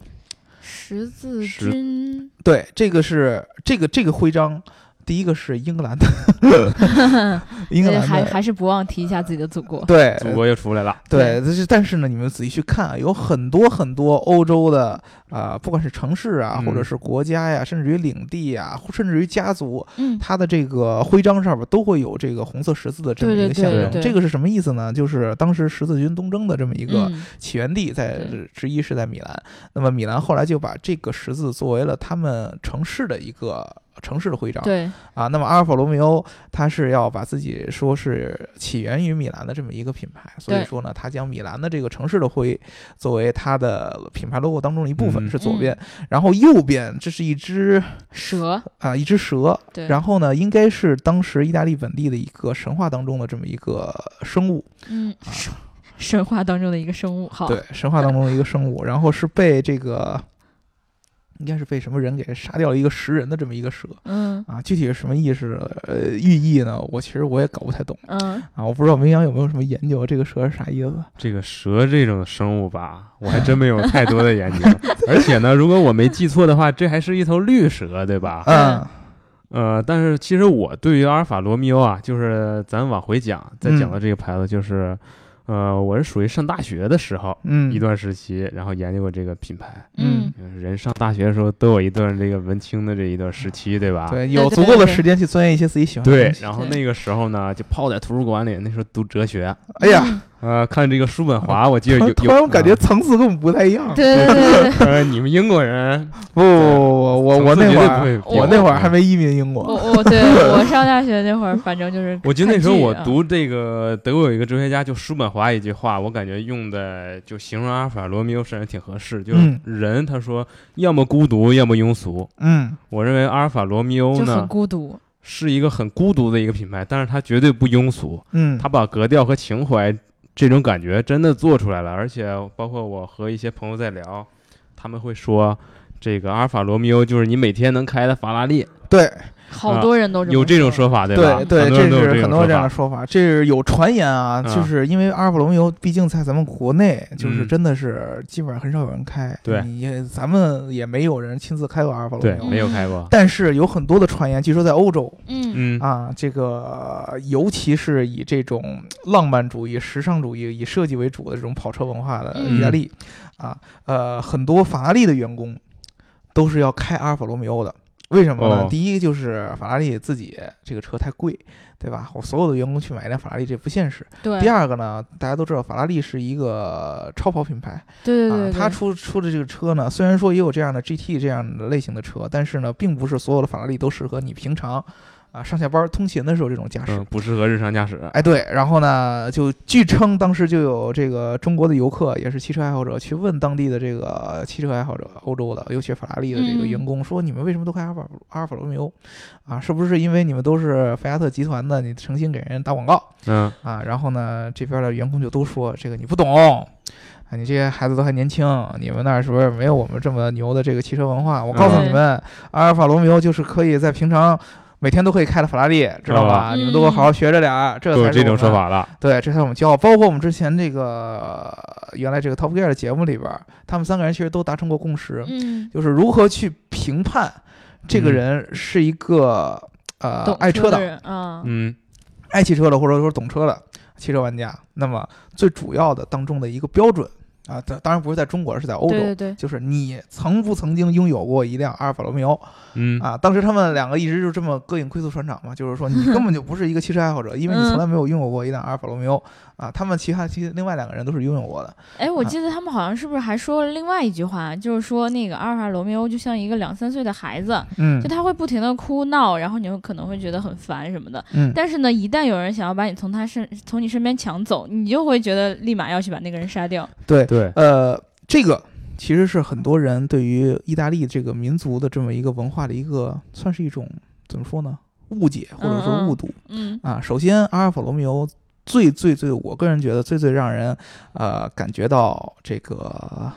S1: 十字
S3: 十
S1: 军，
S2: 对，这个是这个这个徽章，第一个是英格兰的， [LAUGHS] 英格
S1: 对，
S2: 兰
S1: 哎还
S2: 的，
S1: 还是不忘提一下自己的祖国。
S2: 对
S3: 嗯祖国又出来了。
S2: 对，但是但是呢，你们仔细去看啊，有很多很多欧洲的啊、呃不管是城市啊，
S3: 嗯
S2: 或者是国家呀，甚至于领地呀，甚至于家族，
S1: 嗯，
S2: 它的这个徽章上面都会有这个红色十字的这么一
S1: 对
S2: 个
S1: 对
S2: 象
S1: 对
S2: 征。
S1: 对
S2: 这个是什么意思呢？就是当时十字军东征的这么一个
S1: 嗯
S2: 起源地在
S1: 对
S2: 之一是在米兰，那么米兰后来就把这个十字作为了他们城市的一个城市的徽章
S1: 对，
S2: 啊。那么阿尔法罗密欧它是要把自己说是起源于米兰的这么一个品牌，所以
S1: 对
S2: 说呢，它将米兰的这个城市的徽作为它的品牌 logo 当中的一部分
S3: 嗯
S2: 是左边，然后右边这是一只
S1: 蛇，
S2: 啊一只蛇，
S1: 对，
S2: 然后呢应该是当时意大利本地的一个神话当中的这么一个生物。
S1: 嗯，神神话当中的一个生物，好，
S2: 对，神话当中的一个生物，然后是被这个应该是被什么人给杀掉了一个食人的这么一个蛇
S1: 嗯
S2: 啊，具体是什么意思呃寓意呢？我其实我也搞不太懂
S1: 嗯，
S2: 啊，我不知道明阳有没有什么研究这个蛇是啥意思？
S3: 这个蛇这种生物吧，我还真
S2: [LAUGHS]
S3: 没有太多的研究。而且呢，如果我没记错的话，这还是一头绿蛇，对吧？
S2: 嗯
S3: 呃，但是其实我对于阿尔法罗密欧啊，就是咱往回讲，再讲
S2: 嗯
S3: 到这个牌子，就是，呃，我是属于上大学的时候
S2: 嗯，
S3: 一段时期，然后研究过这个品牌。
S1: 嗯
S3: 嗯人上大学的时候都有一段这个文青的这一段时期，对吧？
S2: 对，嗯有
S1: 对
S2: 足够的
S1: 对
S2: 时间去钻研一些自己喜欢的
S3: 啊对
S2: 东西。
S3: 然后
S1: 对
S3: 那个时候呢，就泡在图书馆里，那时候读哲学，
S2: 哎呀，
S3: 呃，看这个叔本
S2: [LAUGHS]
S3: 华，我记得
S2: 突
S3: 有
S2: 然突
S3: 有，
S2: 然我感 [LAUGHS] 觉
S3: 啊
S2: 层次跟我们不太一样。
S1: 对对对
S3: [LAUGHS]
S1: 对对，
S3: 呃，你们英国人，
S2: 不不不，我我
S3: 层次
S2: 那
S3: 绝
S2: 会
S3: 对不
S2: 儿
S3: 比嗯
S2: 我
S1: 我
S2: 那会儿还没移民英国。
S1: 我我对我上大学那会儿，反正就是，啊
S3: 我记得那时候我，读这个德国有一个哲学家叫叔本华一句话，我感觉用的就形容阿尔法罗密欧身上挺合适，就是
S2: 嗯
S3: 人他说要么孤独，要么庸俗。
S2: 嗯
S3: 我认为阿尔法罗密欧
S1: 就很
S3: 呢
S1: 孤独，
S3: 是一个很孤独的一个品牌，但是它绝对不庸俗，
S2: 嗯，
S3: 它把格调和情怀这种感觉真的做出来了，而且包括我和一些朋友在聊，他们会说。这个阿尔法罗密欧就是你每天能开的法拉利，
S2: 对
S1: 好多人都这么
S3: 有这种说法对吧？
S2: 对对，
S3: 很多人都有
S2: 是很
S3: 种
S2: 多
S3: 说
S2: 这样
S3: 法
S2: 的。说法，这是有传言啊，就
S3: 嗯
S2: 是因为阿尔法罗密欧毕竟在咱们国内，就是
S3: 嗯
S2: 真的是基本上很少有人开，
S3: 对
S2: 你也咱们也没有人亲自开过阿尔法罗
S3: 对
S2: 密，欧。
S3: 没有开过。
S2: 但是有很多的传言，据说在欧洲
S1: 嗯
S3: 嗯，
S2: 啊，这个呃尤其是以这种浪漫主义、时尚主义、以设计为主的这种跑车文化的
S1: 嗯
S2: 意大利啊，呃，很多法拉利的员工都是要开阿尔法罗密欧的。为什么呢？
S3: 哦
S2: 第一就是法拉利自己这个车太贵，对吧？我所有的员工去买一辆法拉利，这不现实。
S1: 对，
S2: 第二个呢，大家都知道法拉利是一个超跑品牌，
S1: 对对对
S2: 啊，
S1: 对，
S2: 它出出的这个车呢，虽然说也有这样的 GT 这样的类型的车，但是呢，并不是所有的法拉利都适合你平常啊上下班通勤的时候这种驾驶。
S3: 嗯，不适合日常驾驶。
S2: 哎，对，然后呢，就据称当时就有这个中国的游客，也是汽车爱好者，去问当地的这个汽车爱好者，欧洲的，尤其是法拉利的这个
S1: 嗯
S2: 员工，说你们为什么都开阿尔法阿尔法罗密欧啊？是不是因为你们都是菲亚特集团的，你诚心给人打广告
S3: 嗯，
S2: 啊？然后呢，这边的员工就都说这个你不懂，啊，你这些孩子都还年轻，你们那儿是不是没有我们这么牛的这个汽车文化？我告诉
S1: 嗯
S2: 你们，阿尔法罗密欧就是可以在平常。每天都可以开的法拉利，知道吧？
S1: 嗯
S2: 你们都给我好好学着点儿，这
S3: 都
S2: 才
S3: 有
S2: 是
S3: 这种
S2: 我们啊
S3: 说法了。
S2: 对，这才是我们骄傲。包括我们之前这个呃原来这个 Top Gear 的节目里边儿，他们三个人其实都达成过共识，
S1: 嗯，
S2: 就是如何去评判这个
S3: 嗯
S2: 人是一个、呃
S1: 懂
S2: 爱车
S1: 的
S2: 党、
S1: 人啊，
S3: 嗯，
S2: 爱汽车的，或者说懂车的汽车玩家。那么最主要的当中的一个标准啊，当当然不是在中国，是在欧洲。啊
S1: 对对对，
S2: 就是你曾不曾经拥有过一辆阿尔法罗密欧
S3: 嗯，
S2: 啊？当时他们两个一直就这么歌影窥宿船长嘛，就是说你根本就不是一个汽车爱
S1: [LAUGHS]
S2: 好者，因为你从来没有拥有过一辆阿尔法罗密欧
S1: 嗯
S2: 啊。他们其他其实另外两个人都是拥有过的，
S1: 哎，我
S2: 啊
S1: 记得他们好像是不是还说了另外一句话，就是说那个阿尔法罗密欧就像一个两三岁的孩子，
S2: 嗯
S1: 就他会不停的哭闹，然后你会可能会觉得很烦什么的。
S2: [LAUGHS] 嗯，
S1: 但是呢，一旦有人想要把你从他身从你身边抢走，你就会觉得立马要去把那个人杀掉。
S2: 对，
S3: 对，
S2: 呃，这个其实是很多人对于意大利这个民族的这么一个文化的一个，算是一种怎么说呢？误解或者说误读
S1: 嗯
S2: 啊。首先，阿尔法罗密欧。最最最，我个人觉得最最让人，呃，感觉到这个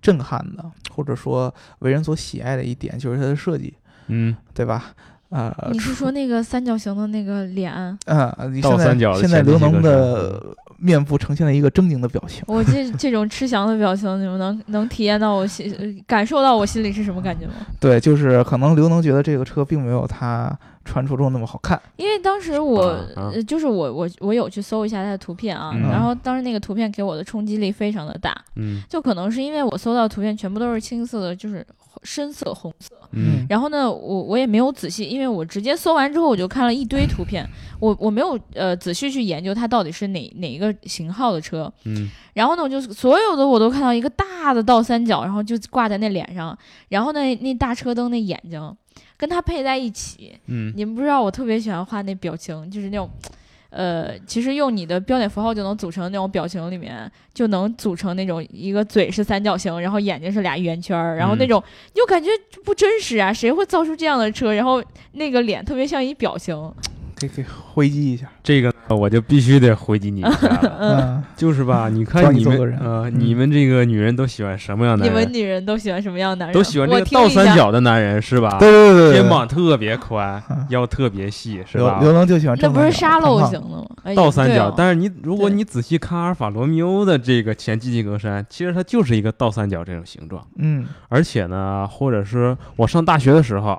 S2: 震撼的，或者说为人所喜爱的一点，就是它的设计，
S3: 嗯，
S2: 对吧？呃，
S1: 你是
S2: 除
S1: 说那个三角形的那个脸？啊
S2: 嗯，你
S3: 倒
S2: 现在
S3: 三角的
S2: 现在
S3: 前
S2: 刘
S3: 几个
S2: 能
S3: 是嗯
S2: 的面部呈现了一个狰狞的表情。
S1: 我这这种吃翔的表情，你们能能体验到我心，呃感受到我心里是什么感觉吗？
S2: 对，就是可能刘能觉得这个车并没有他传说中那么好看。
S1: 因为当时我、
S3: 啊
S1: 呃就是我我我有去搜一下它的图片啊，
S2: 嗯
S1: 然后当时那个图片给我的冲击力非常的大，
S3: 嗯，
S1: 就可能是因为我搜到的图片全部都是青色的，就是深色红色。
S3: 嗯，
S1: 然后呢，我我也没有仔细，因为我直接搜完之后我就看了一堆图片，我我没有呃仔细去研究它到底是哪哪一个型号的车。
S3: 嗯，
S1: 然后呢，我就所有的我都看到一个大的倒三角，然后就挂在那脸上，然后呢那大车灯那眼睛跟它配在一起，
S3: 嗯，
S1: 你们不知道我特别喜欢画那表情，就是那种。呃，其实用你的标点符号就能组成那种表情，里面就能组成那种一个嘴是三角形，然后眼睛是俩圆圈儿，然后那
S3: 嗯
S1: 种、你就感觉不真实啊，谁会造出这样的车？然后那个脸特别像一表情，
S2: 给给回击一下，
S3: 这个呢我就必须得回击你一下了。 [LAUGHS]
S2: 嗯，
S3: 就是吧？你
S2: 抓
S3: 看
S2: 你
S3: 你
S2: 做
S3: 们
S2: 个人
S3: 呃，
S2: 嗯
S3: 你们这个女人都喜欢什么样的
S1: 你
S3: 男
S1: 们
S3: 人？
S1: 女人都喜欢什么样的男人？
S3: 都喜欢这
S1: 哎我
S3: 个
S1: 听
S3: 倒
S1: 了一下
S3: 三角的男人是吧？
S2: 对对对对，对
S3: 肩膀特别宽
S2: 嗯，
S3: 腰特别细是
S2: 刘
S3: 吧？
S2: 刘能就喜欢
S1: 那
S2: 正
S1: 不
S2: 三角，
S1: 是沙漏
S2: 胖
S1: 型的吗？哎
S3: 倒三
S1: 对
S3: 角，
S1: 哦
S3: 但是你如果
S1: 对
S3: 你仔细看阿尔法罗密欧的这个前进气格栅，其实它就是一个倒三角这种形状。
S2: 嗯
S3: 而且呢，或者是我上大学的时候，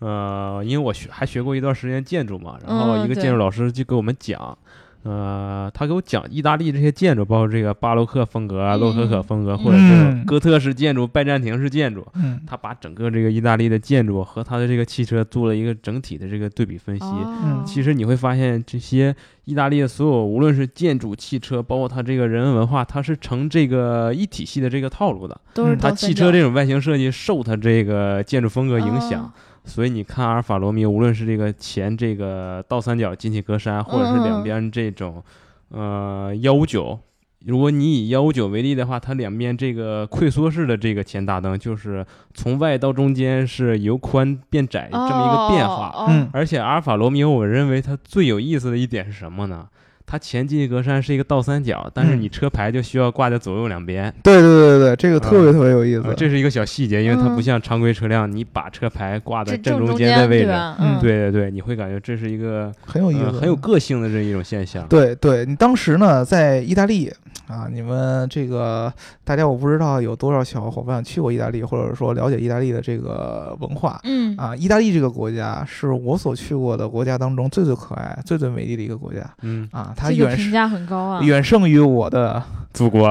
S3: 呃，因为我学还学过一段时间建筑嘛，然后
S1: 嗯
S3: 一个
S1: 对
S3: 建筑老师就给我们讲，呃，他给我讲意大利这些建筑，包括这个巴洛克风格啊、洛可可风格，或者
S2: 嗯
S3: 是哥特式建筑、拜占庭式建筑。
S2: 嗯
S3: 他把整个这个意大利的建筑和他的这个汽车做了一个整体的这个对比分析。
S1: 哦
S3: 其实你嗯会发现，这些意大利的所有，无论是建筑、汽车，包括它这个人文文化，它是成这个一体系的这个套路的。
S1: 都是
S2: 嗯
S1: 倒三
S3: 它汽
S1: 角
S3: 车这种外形设计受它这个建筑风格影响，
S1: 哦
S3: 所以你看阿尔法罗密欧，无论是这个前这个倒三角进气格
S1: 嗯
S3: 栅，或者是两边这种，呃幺五九。如果你以幺五九为例的话，它两边这个溃缩式的这个前大灯，就是从外到中间是由宽变哎窄这么一个变化。
S1: 哦哦哦
S2: 嗯
S3: 而且阿尔法罗密欧，我认为它最有意思的一点是什么呢？它前进气格栅是一个倒三角，但是
S2: 嗯
S3: 你车牌就需要挂在左右两边。
S2: 对对对对对，这个特别
S3: 啊
S2: 特别有意
S3: 呃
S2: 思，
S3: 这是一个小细节，因为它
S1: 嗯
S3: 不像常规车辆，你把车牌挂在
S1: 这
S3: 正
S1: 正中
S3: 间的位
S1: 对
S3: 置。
S1: 吧？
S2: 嗯
S3: 对对对，你会感觉这是一个
S2: 很有意
S3: 呃
S2: 思，
S3: 很有个性的这一种现象。
S2: 对对，你当时呢在意大利啊，你们这个大家我不知道有多少小伙伴去过意大利，或者说了解意大利的这个文化。
S1: 嗯
S2: 啊，意大利这个国家是我所去过的国家当中最最可爱、最最美丽的一个国家
S3: 嗯，
S2: 啊！它
S1: 这个
S2: 远
S1: 评
S2: 胜
S1: 价很高啊。
S2: 远胜于我的
S3: 祖国，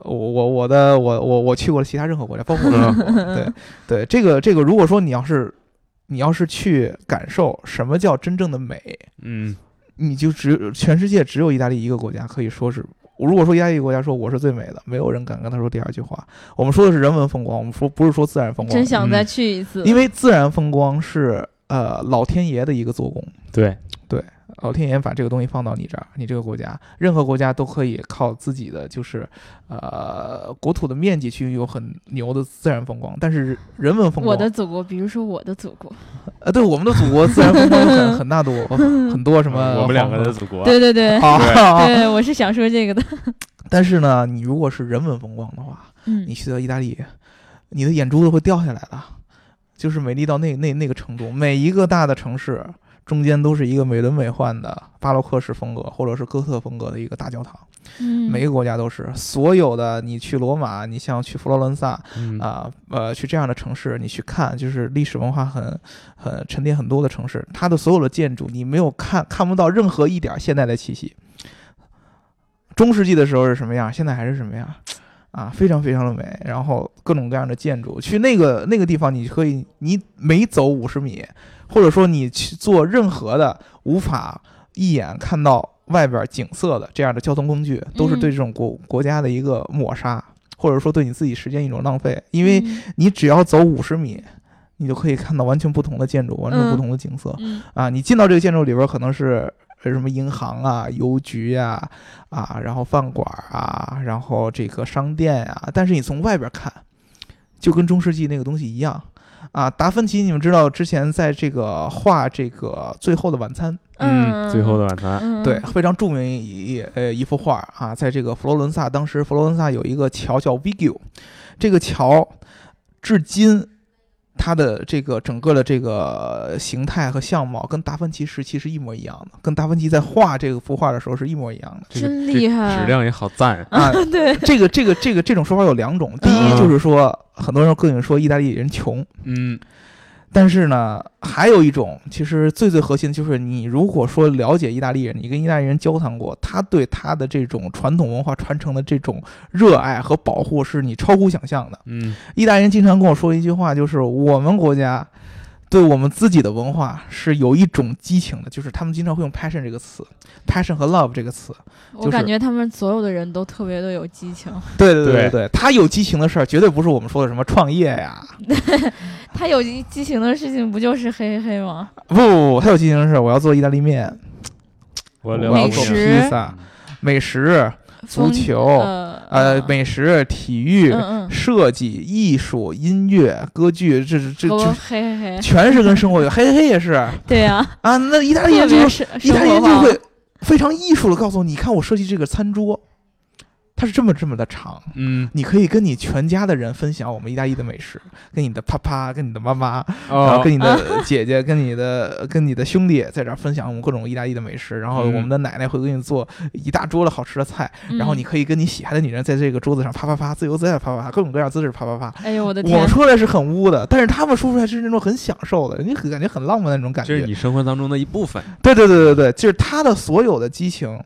S2: 我我我的我我我去过的其他任何国家，包括中
S1: [LAUGHS]
S3: [LAUGHS]
S2: 国。对对，这个这个，如果说你要是你要是去感受什么叫真正的美，
S3: 嗯
S2: 你就只全世界只有意大利一个国家可以说是，如果说意大利国家说我是最美的，没有人敢跟他说第二句话。我们说的是人文风光，我们说不是说自然风光
S1: 真，想再去一次，
S2: 因为自然风光是呃老天爷的一个做工。
S3: 对，
S2: 老天爷把这个东西放到你这儿，你这个国家，任何国家都可以靠自己的就是，呃，国土的面积去有很牛的自然风光，但是人文风光，
S1: 我的祖国，比如说我的祖国，
S2: 呃，对我们的祖国自然风光有很很大多
S1: [LAUGHS]
S2: 很多什么，
S3: 嗯我们两个的祖国，
S1: 对对
S2: [LAUGHS]
S1: 对，
S2: 啊，
S1: 对，我是想说这
S2: [LAUGHS]
S1: 个的。
S2: 但是呢，你如果是人文风光的话，
S1: 嗯
S2: 你，去到意大利，你的眼珠子会掉下来的，就是美丽到那那那个程度。每一个大的城市中间都是一个美轮美奂的巴洛克式风格或者是哥特风格的一个大教堂，
S1: 嗯
S2: 每个国家都是。所有的你去罗马，你像去佛罗伦萨
S3: 嗯
S2: 啊、呃，去这样的城市，你去看，就是历史文化很很沉淀很多的城市，它的所有的建筑你没有看看不到任何一点儿现代的气息。中世纪的时候是什么样，现在还是什么样，啊，非常非常的美。然后各种各样的建筑，去那个那个地方，你可以，你每走五十米，或者说你去做任何的无法一眼看到外边景色的这样的交通工具，都是对这种国国家的一个抹杀，或者说对你自己时间一种浪费，因为
S1: 嗯
S2: 你只要走五十米，你就可以看到完全不同的建筑，完全
S1: 嗯
S2: 不同的景色。
S1: 嗯
S2: 啊，你进到这个建筑里边，可能是呃什么银行啊、邮局啊、啊，然后饭馆啊，然后这个商店啊，但是你从外边看，就跟中世纪那个东西一样。啊，达芬奇，你们知道之前在这个画这个《最后的晚餐》
S3: 嗯，最后
S1: 的
S3: 的晚餐，
S1: 嗯
S2: 对，非常著名一呃一幅画儿啊，在这个佛罗伦萨，当时佛罗伦萨有一个桥叫 Vigil，这个桥至今它的这个整个的这个形态和相貌跟达芬奇时期是一模一样的，跟达芬奇在画这个幅画的时候是一模一样的。
S3: 这个
S1: 真
S3: 这
S1: 厉
S3: 个
S1: 害 [LAUGHS]
S3: 质量也好赞，
S2: 啊，
S1: 对，
S2: 这个这个这个这种说法有两种，第一就是说，很多人跟你说意大利人穷，
S3: 嗯，
S2: 但是呢，还有一种，其实最最核心的就是，你如果说了解意大利人，你跟意大利人交谈过，他对他的这种传统文化传承的这种热爱和保护，是你超乎想象的。
S3: 嗯，
S2: 意大利人经常跟我说一句话，就是我们国家对我们自己的文化是有一种激情的，就是他们经常会用 passion 这个词，passion 和 love 这个词。
S1: 我
S2: 就是
S1: 感觉他们所有的人都特别的有激情。
S2: 对对
S3: 对
S2: 对对，他有激情的事儿，绝对不是我们说的什么创业呀，
S1: 他有一激情的事情不就是嘿嘿嘿吗？
S2: 不不不，他有激情的事儿，我要做意大利面，
S3: 我
S2: 我
S3: 聊
S2: 要
S1: 美
S2: 做
S1: 食
S2: 披萨，美食。足
S1: 风
S2: 球
S1: 呃
S2: 呃，
S1: 嗯
S2: 美食、体育、
S1: 嗯嗯
S2: 设计、艺术、音乐、歌剧，这这这
S1: 和
S2: 这
S1: 嘿嘿嘿，
S2: 全是跟生活有。嘿嘿也是啊，
S1: 对呀，
S2: 那意大利
S1: 特
S2: 人就
S1: 别
S2: 是
S1: 是
S2: 意大利人
S1: 生活
S2: 就
S1: 化
S2: 会非常艺术的告诉你，你看我设计这个餐桌，它是这么这么的长。
S3: 嗯，
S2: 你可以跟你全家的人分享我们意大利的美食，跟你的啪啪，跟你的妈妈，然后
S3: 哦
S2: 跟，你的姐姐、跟你的、跟你的兄弟在这儿分享我们各种意大利的美食，然后我们的奶奶会给你做一大桌的好吃的菜，然
S1: 嗯
S2: 后你可以跟你喜爱的女人在这个桌子上啪啪啪，自由自在地啪啪啪，各种各样姿势啪啪啪。
S1: 嗯哎呦我的
S2: 我
S1: 天
S2: 们，说出来是很污的，但是他们说出来是那种很享受的，你很感觉很浪漫的那种感
S3: 这是
S2: 觉。
S3: 你生活当中的一部分，
S2: 对对对对对，就是他的所有的激情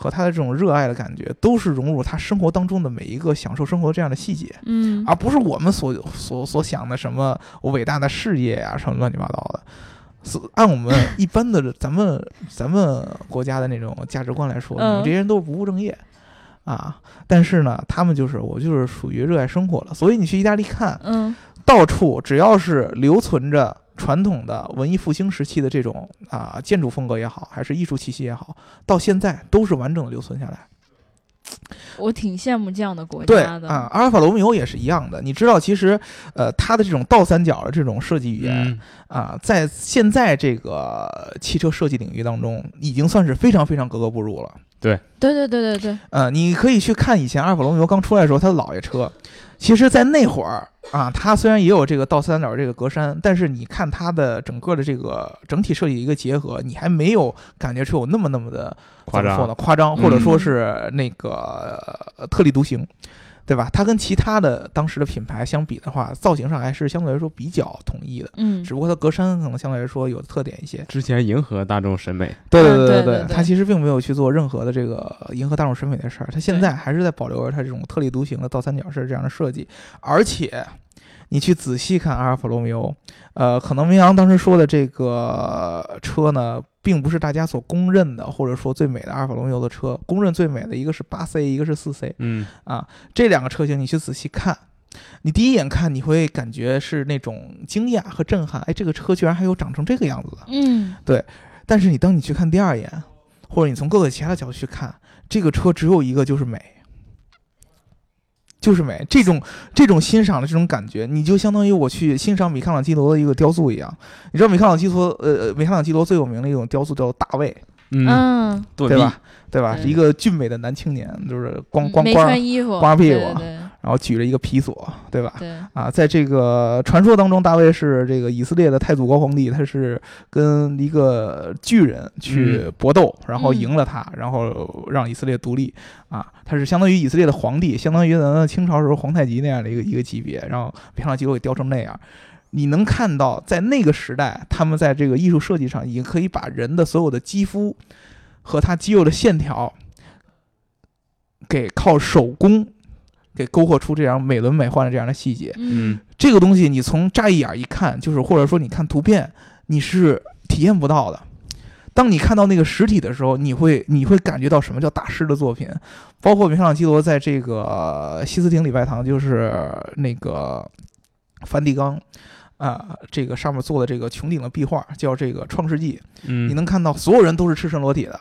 S2: 和他的这种热爱的感觉，都是融入他生活当中的每一个享受生活这样的细节，
S1: 嗯
S2: 而不是我们所所所想的什么伟大的事业呀、什么乱七八糟的。是按
S1: [LAUGHS]
S2: 我们一般的咱们咱们国家的那种价值观来说，你
S1: 嗯
S2: 们这些人都是不务正业啊。但是呢，他们就是我就是属于热爱生活了，所以你去意大利看，
S1: 嗯
S2: 到处只要是留存着传统的文艺复兴时期的这种啊、建筑风格也好，还是艺术气息也好，到现在都是完整的留存下来。
S1: 我挺羡慕这样的国
S2: 对
S1: 家的
S2: 啊，阿尔法罗密欧也是一样的。你知道，其实呃，它的这种倒三角的这种设计语言，
S3: 嗯，
S2: 啊，在现在这个汽车设计领域当中，已经算是非常非常格格不入了。
S1: 对对对对对，
S2: 呃，你可以去看以前阿尔法罗密欧刚出来的时候，它的老爷车，其实，在那会儿啊，它虽然也有这个倒三角这个格栅，但是你看它的整个的这个整体设计的一个结合，你还没有感觉出有那么那么的
S3: 夸
S2: 怎么说
S3: 张
S2: 呢？，夸张，或者
S1: 嗯
S2: 说是那个、呃特立独行，对吧？它跟其他的当时的品牌相比的话，造型上还是相对来说比较统一的。
S1: 嗯
S2: 只不过它格栅可能相对来说有特点一些。
S3: 之前迎合大众审美，
S2: 对
S1: 嗯对
S2: 对
S1: 对对
S2: 它其实并没有去做任何的这个迎合大众审美的事儿，它现
S1: 对
S2: 在还是在保留着它这种特立独行的倒三角式这样的设计，而且。你去仔细看阿尔法罗密欧，呃，可能明阳当时说的这个车呢，并不是大家所公认的，或者说最美的阿尔法罗密欧的车。公认最美的一个是八 C，一个是四 C
S3: 嗯，
S2: 啊，这两个车型你去仔细看，你第一眼看你会感觉是那种惊讶和震撼，哎，这个车居然还有长成这个样子的。
S1: 嗯
S2: 但是你当你去看第二眼，或者你从各个其他的角度去看，这个车只有一个就是美，就是美。这种这种欣赏的这种感觉，你就相当于我去欣赏米开朗基罗的一个雕塑一样。你知道米开朗基罗呃，呃米开朗基罗最有名的一种雕塑叫大卫，
S3: 嗯，
S1: 嗯，
S3: 对
S2: 对？吧？对吧？
S1: 嗯
S2: 是一个俊美的男青年，就是光光
S1: 没
S2: 光，
S1: 穿衣服，
S2: 光屁
S1: 对
S2: 股
S1: 对
S2: 然后举着一个皮索，对吧？ [LAUGHS]
S1: 对，
S2: 啊，在这个传说当中，大卫是这个以色列的太祖国皇帝，他是跟一个巨人去
S3: 嗯
S2: 搏斗，然后
S1: 嗯
S2: 赢了他，然后让以色列独立啊。他是相当于以色列的皇帝，相当于咱们清朝时候皇太极那样的一个一个级别，然后平常结果给雕成那样。你能看到，在那个时代，他们在这个艺术设计上已经可以把人的所有的肌肤和他肌肉的线条，给靠手工给勾画出这样美轮美奂的这样的细节。
S1: 嗯
S3: 嗯，
S2: 这个东西你从乍一眼一看，就是或者说你看图片，你是体验不到的。当你看到那个实体的时候，你会你会感觉到什么叫大师的作品，包括米开朗基罗在这个呃西斯廷礼拜堂，就是那个梵蒂冈啊、这个上面做的这个穹顶的壁画，叫这个《创世纪》。
S3: 嗯，
S2: 你能看到所有人都是赤身裸体的。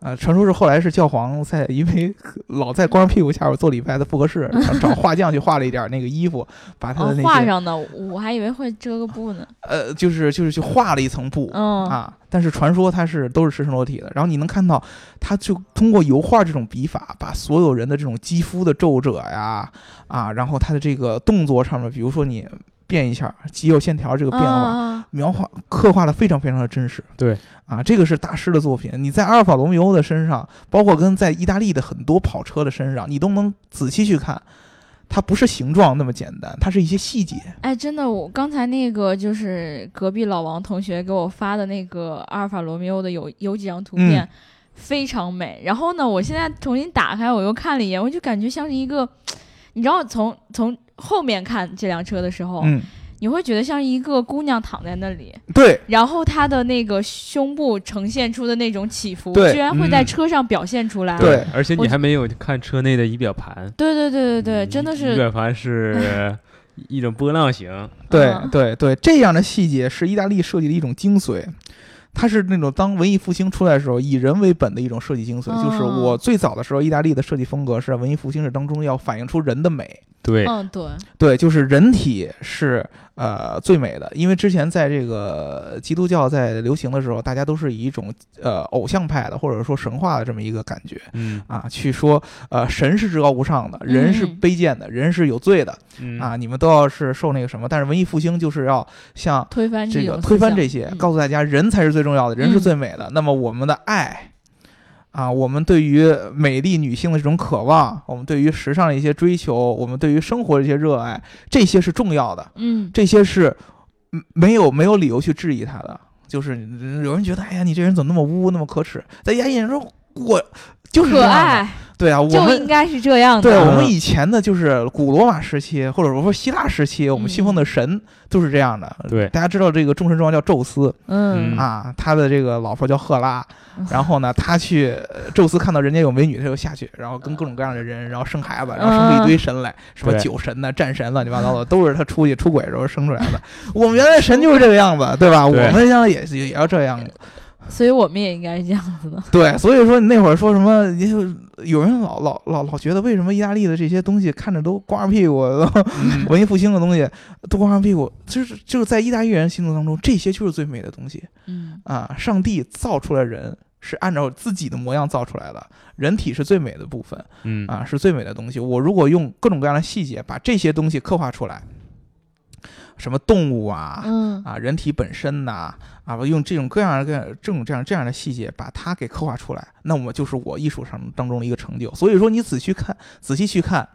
S2: 呃，传说是后来是教皇在因为老在光着屁股下边做礼拜，他不合适，然后找画匠去画了一点那个衣服，把他的
S1: 哦，
S2: 那
S1: 画
S2: 些、
S1: 上的，我还以为会遮个布呢，
S2: 呃，就是就是去画了一层布、
S1: 嗯
S2: 啊。但是传说他是都是赤身裸体的，然后你能看到，他就通过油画这种笔法，把所有人的这种肌肤的皱褶呀啊，然后他的这个动作上面，比如说你变一下肌肉线条这个变化，
S1: 啊，
S2: 描画刻画的非常非常的真实。
S3: 对，
S2: 啊，这个是大师的作品。你在阿尔法罗密欧的身上，包括跟在意大利的很多跑车的身上，你都能仔细去看，它不是形状那么简单，它是一些细节。
S1: 哎，真的，我刚才那个就是隔壁老王同学给我发的那个阿尔法罗密欧的有有几张图片、
S2: 嗯
S1: 非常美。然后呢，我现在重新打开，我又看了一眼，我就感觉像是一个，你知道从从后面看这辆车的时候，
S2: 嗯，
S1: 你会觉得像一个姑娘躺在那里，
S2: 对
S1: 然后她的那个胸部呈现出的那种起伏，
S2: 对
S1: 居然会在
S3: 嗯
S1: 车上表现出来。
S2: 对，
S3: 而且
S1: 我
S3: 你还没有看车内的仪表盘，
S1: 对对对对对
S3: 嗯
S1: 真的
S3: 仪
S1: 是
S3: 表盘是一种波浪形，
S2: 对
S1: 嗯
S2: 对对，这样的细节是意大利设计的一种精髓。它是那种当文艺复兴出来的时候，以人为本的一种设计精髓。就是
S1: 哦
S2: 我最早的时候，意大利的设计风格是在文艺复兴是当中要反映出人的美。
S3: 对
S1: 嗯对，
S2: 对，就是人体是呃最美的，因为之前在这个基督教在流行的时候，大家都是以一种呃偶像派的或者说神话的这么一个感觉
S3: 嗯
S2: 啊，去说呃神是至高无上的，人是
S1: 嗯
S2: 卑贱的，人是有罪的
S3: 嗯
S2: 啊，你们都要是受那个什么。但是文艺复兴就是要向
S1: 推翻
S2: 这个
S1: 种
S2: 推
S1: 思
S2: 翻
S1: 想
S2: 这些，
S1: 嗯
S2: 告诉大家人才是最重要的，人
S1: 嗯
S2: 是最美的。那么我们的爱。啊，我们对于美丽女性的这种渴望，我们对于时尚的一些追求，我们对于生活的一些热爱，这些是重要的，
S1: 嗯
S2: 这些是嗯没有没有理由去质疑他的。就是嗯有人觉得，哎呀，你这人怎么那么污，那么可耻？但压抑人说，我就是这
S1: 可
S2: 样的
S1: 爱。
S2: 对啊，我
S1: 就
S2: 们
S1: 应该是这样的。
S2: 对，我
S3: 嗯
S2: 们以前的就是古罗马时期，或者说希腊时期，我们信奉的神都是这样的。
S3: 对
S2: 大家知道这个众神之王叫宙斯
S1: 嗯
S3: 嗯
S2: 啊，他的这个老婆叫赫拉，然后呢，他去呃宙斯看到人家有美女，他就下去，然后跟各种各样的人，然后生孩子，然后生出一堆神来，什么
S3: 对
S2: 酒神呐、战神乱七八糟的，都是他出去出轨时候生出来的。我们原来神就是这个样子，对吧？
S3: 对
S2: 我们现在也是也要这样子。
S1: 所以我们也应该是这样子的。
S2: 对，所以说你那会儿说什么，也就有人老老老老觉得为什么意大利的这些东西看着都光着屁股，
S3: 嗯
S2: [LAUGHS] 文艺复兴的东西都光着屁股，就是就是在意大利人心目当中，这些就是最美的东西
S1: 嗯
S2: 啊！上帝造出来人是按照自己的模样造出来的，人体是最美的部分
S3: 嗯
S2: 啊，是最美的东西。我如果用各种各样的细节把这些东西刻画出来，什么动物啊，
S1: 嗯
S2: 啊，人体本身呐、啊，用这种各样各样这种这样这样的细节把它给刻画出来，那我就是我艺术上当中的一个成就。所以说，你仔细看，仔细去看，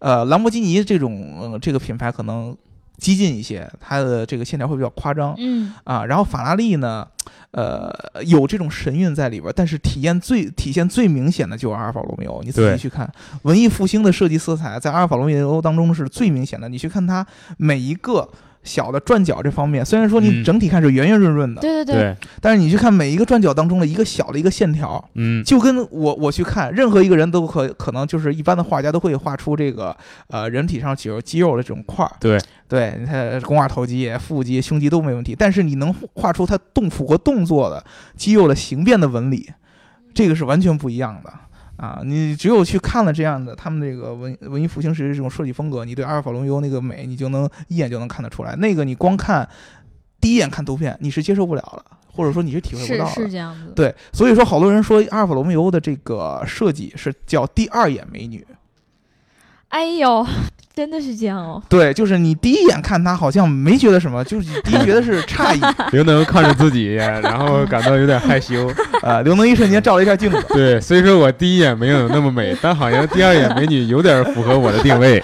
S2: 呃，兰博基尼这种、呃、这个品牌可能激进一些，它的这个线条会比较夸张
S1: 嗯
S2: 啊。然后法拉利呢，呃，有这种神韵在里边儿，但是体验最体现最明显的就是阿尔法罗密欧。你仔
S3: 对
S2: 细去看，文艺复兴的设计色彩在阿尔法罗密欧当中是最明显的。你去看它每一个小的转角这方面，虽然说你
S3: 嗯
S2: 整体看是圆圆润润的，
S1: 对对对，
S3: 对，
S2: 但是你去看每一个转角当中的一个小的一个线条，
S3: 嗯，
S2: 就跟我我去看任何一个人都可可能就是一般的画家都会画出这个呃人体上肌肉肌肉的这种块儿，
S3: 对
S2: 对，你看肱二头肌、腹肌、胸肌都没问题，但是你能画出它动符合动作的肌肉的形变的纹理，这个是完全不一样的。啊，你只有去看了这样的他们这个文文艺复兴时期这种设计风格，你对阿尔法罗密欧那个美，你就能一眼就能看得出来。那个你光看第一眼看图片，你是接受不了的，或者说你是体会不
S1: 是
S2: 到的。
S1: 是这样子。
S2: 对，所以说好多人说阿尔法罗密欧的这个设计是叫第二眼美女。
S1: 哎呦，真的是这样哦。
S2: 对，就是你第一眼看她好像没觉得什么，就是你第一觉得是诧异
S3: [LAUGHS]
S2: 啊、
S3: 刘能看着自己， [LAUGHS] 然后感到有点
S1: [LAUGHS]
S3: 害羞。
S2: 呃刘能一瞬间照了一下镜子，
S3: 对，虽说我第一眼没有那么美，但好像第二眼美女有点符合我的定位。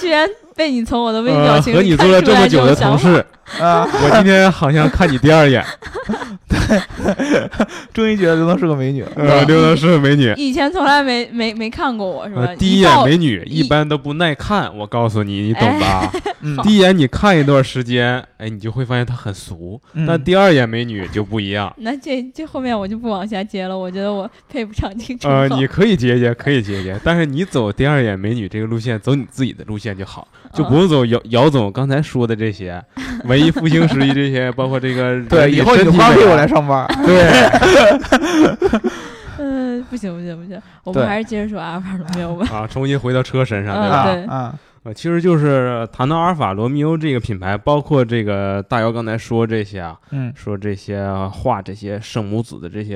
S1: 居然被你从我 [LAUGHS] 的微表
S3: 呃，
S1: 情
S3: 和
S1: 里
S3: 你
S1: 看
S3: 做了
S1: 出
S3: 这
S1: 来
S3: 么
S1: 这
S3: 久
S1: 种
S3: 的
S1: 想
S3: 同
S1: 法。
S3: 事， [LAUGHS]
S2: 啊，
S3: 我今天好像看你第
S1: [LAUGHS]
S3: 二眼。
S2: 终于觉得刘能是个美女了。
S1: 嗯
S3: 呃，刘能是美女。
S1: 以前从来没没没看过我是吧
S3: 呃，？第一眼
S1: 到
S3: 美女
S1: 一哎
S3: 一般都不耐看，我告诉你，你懂吧？
S2: 嗯，
S3: 第一眼你看一段时间，哎，你就会发现她很俗，
S2: 嗯
S3: 但第二眼美女就不一样。
S1: 那这这后面我就不往下接了，我觉得我配不上这个。
S3: [LAUGHS] 呃，你可以结一结，可以结一结，但是你走第二眼美女这个路线，走你自己的路线就好，就不用走姚姚总刚才说的这些，文艺复兴时期这些，包括这个
S2: 对，
S3: 人体
S2: 以后你
S3: 身
S2: 就
S3: 体
S2: 光
S3: 美
S2: 为我
S3: 啊
S2: 来上班。
S3: [LAUGHS] 对
S1: 嗯、不行不行不行，我
S2: 对
S1: 们还是接着说阿尔法罗密欧吧。
S3: 啊，重新回到车身上，对吧？
S2: 啊
S1: 对
S2: 啊，
S3: 呃，其实就是谈到阿尔法罗密欧这个品牌，包括这个大姚刚才说这些啊，
S2: 嗯
S3: 说这些画这些圣母子的这些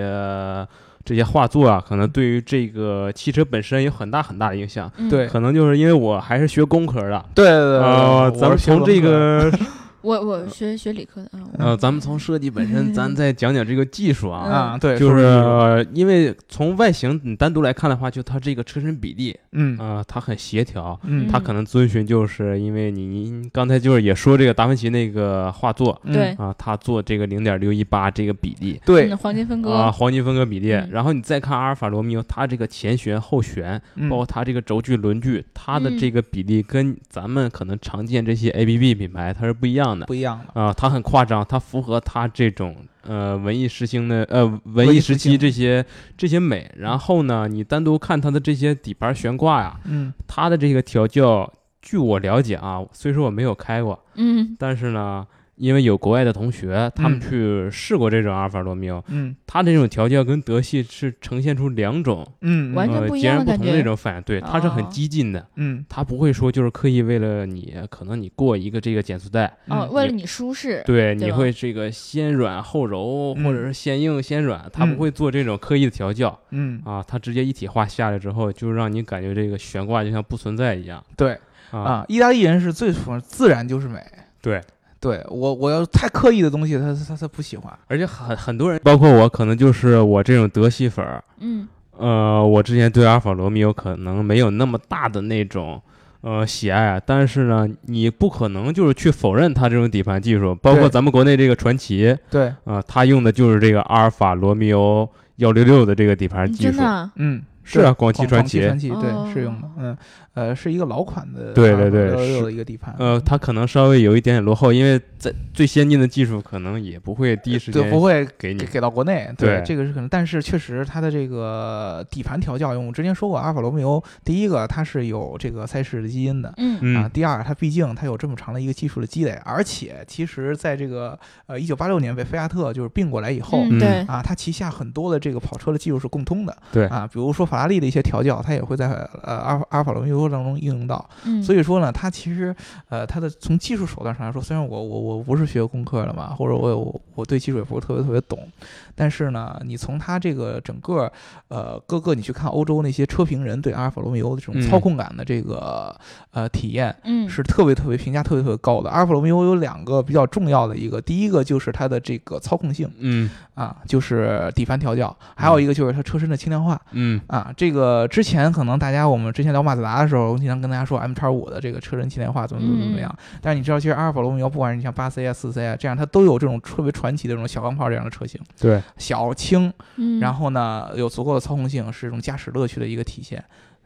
S3: 这些画作啊，可能对于这个汽车本身有很大很大的影响。
S1: [LAUGHS] 嗯
S2: 对
S3: 可能就是因为我还是学工科的，
S2: 对对对对，
S3: 呃，咱
S2: 我
S3: 们
S2: 是学
S3: 从
S2: 文
S3: 这
S2: 科的
S3: 个，
S1: 我我学学理科的啊，我
S3: [LAUGHS] 呃，咱们从设计本身，咱再讲讲这个技术啊。
S2: 啊，对，
S3: 就
S2: 说
S3: 是
S2: 这个
S3: 呃因为从外形你单独来看的话，就它这个车身比例，
S2: 嗯
S3: 啊，它很协调，
S2: 嗯
S3: 它可能遵循就是因为你您刚才就是也说这个达芬奇那个画作
S2: 嗯
S1: 对
S3: 啊，他做这个零点六一八这个比例
S2: 对
S1: 嗯，黄金分割、
S3: 啊，黄金分割比例，
S1: 嗯
S3: 然后你再看阿尔法罗密欧，它这个前悬后悬，
S2: 嗯
S3: 包括它这个轴距轮距，它的
S1: 嗯
S3: 这个比例跟咱们可能常见这些 A B B 品牌它是不一样的。
S2: 不一样了。
S3: 啊，它很夸张，它符合它这种呃文艺时兴的呃文
S2: 文艺
S3: 艺
S2: 复
S3: 时期
S2: 兴
S3: 这些这些美。然后呢，你单独看它的这些底盘悬挂呀，
S2: 嗯
S3: 它的这个调教，据我了解啊，虽说我没有开过，
S1: 嗯，
S3: 但是呢，因为有国外的同学他们
S2: 嗯
S3: 去试过这种阿尔法罗密欧，
S2: 嗯
S3: 它这种调教跟德系是呈现出两种
S2: 嗯，
S1: 完全
S3: 呃
S1: 不一
S3: 截
S1: 样
S3: 然
S1: 的感
S3: 不同的那
S1: 觉
S3: 种反应，对，它是很
S1: 哦
S3: 激进的。
S2: 嗯
S3: 它不会说就是刻意为了你，可能你过一个这个减速带，
S2: 嗯
S1: 哦，为了你舒适，对
S3: 对，你
S1: 吧
S3: 会这个先软后柔，
S2: 嗯
S3: 或者是先硬先软，它
S2: 嗯
S3: 不会做这种刻意的调教
S2: 嗯
S3: 啊，它直接一体化下来之后，就让你感觉这个悬挂就像不存在一样
S2: 对
S3: 啊。
S2: 啊，意大利人是最喜欢自然就是美。
S3: 对，
S2: 对我我要太刻意的东西，他他他不喜欢。
S3: 而且很很多人，包括我，可能就是我这种德系粉儿，
S1: 嗯，
S3: 呃，我之前对阿尔法罗密欧可能没有那么大的那种。呃，喜爱啊，但是呢，你不可能就是去否认它这种底盘技术，包括
S2: 对
S3: 咱们国内这个传奇，
S2: 对，
S3: 啊，它用的就是这个阿尔法罗密欧幺六六的这个底盘技
S1: 真
S3: 术
S1: 的，啊
S2: 嗯，
S3: 是啊
S2: 对
S3: 广汽传
S2: 汽
S3: 祺
S2: 传祺
S1: 哦
S2: 对是用的，嗯呃是一个老款的
S3: 对对对
S2: 666
S3: 是
S2: 的一个底盘，
S3: 呃，它可能稍微有一点点落后，因为在最先进的技术可能也不会第一时
S2: 对
S3: 间
S2: 不会
S3: 给你
S2: 给。给到国内，对
S3: 对
S2: 这个是可能，但是确实它的这个底盘调教，因为我之前说过，阿尔法罗密欧第一个它是有这个赛事的基因的。
S1: 嗯
S3: 嗯
S2: 啊，第二，它毕竟它有这么长的一个技术的积累，而且其实在这个呃一九八六年被菲亚特就是并过来以后，
S1: 嗯对，
S2: 啊，它旗下很多的这个跑车的技术是共通的，
S3: 对
S2: 啊，比如说法拉利的一些调教，它也会在呃阿尔法阿尔法罗密欧当中应用到。
S1: 嗯，
S2: 所
S1: 以
S2: 以说呢，它其实呃它的从技术手段上来说，虽然我我我不是学工科的嘛，或者我我我对技术也不是特别特别懂，但是呢，你从它这个整个呃各个你去看欧洲那些车评人对阿尔法罗密欧的这种
S3: 嗯
S2: 操控感的这个、呃体验，
S1: 嗯
S2: 是特别特别评价特别特别高的。阿尔法罗密欧有两个比较重要的一个，第一个就是它的这个操控性
S3: 嗯
S2: 啊，就是底盘调教，还有一个就是它车身的轻量化
S3: 嗯
S2: 啊。这个之前可能大家我们之前聊马自达的时候，我经常跟大家说 M 叉五的这个车身轻量化怎么怎么怎么样，但是你知道，其实阿尔法罗密欧不管是你像八 C 啊、四 C 啊这样，它都有这种特别传奇的这种小钢炮这样的车型，
S3: 对，
S2: 小轻，
S1: 嗯，
S2: 然后呢有足够的操控性，是一种驾驶乐趣的一个体现。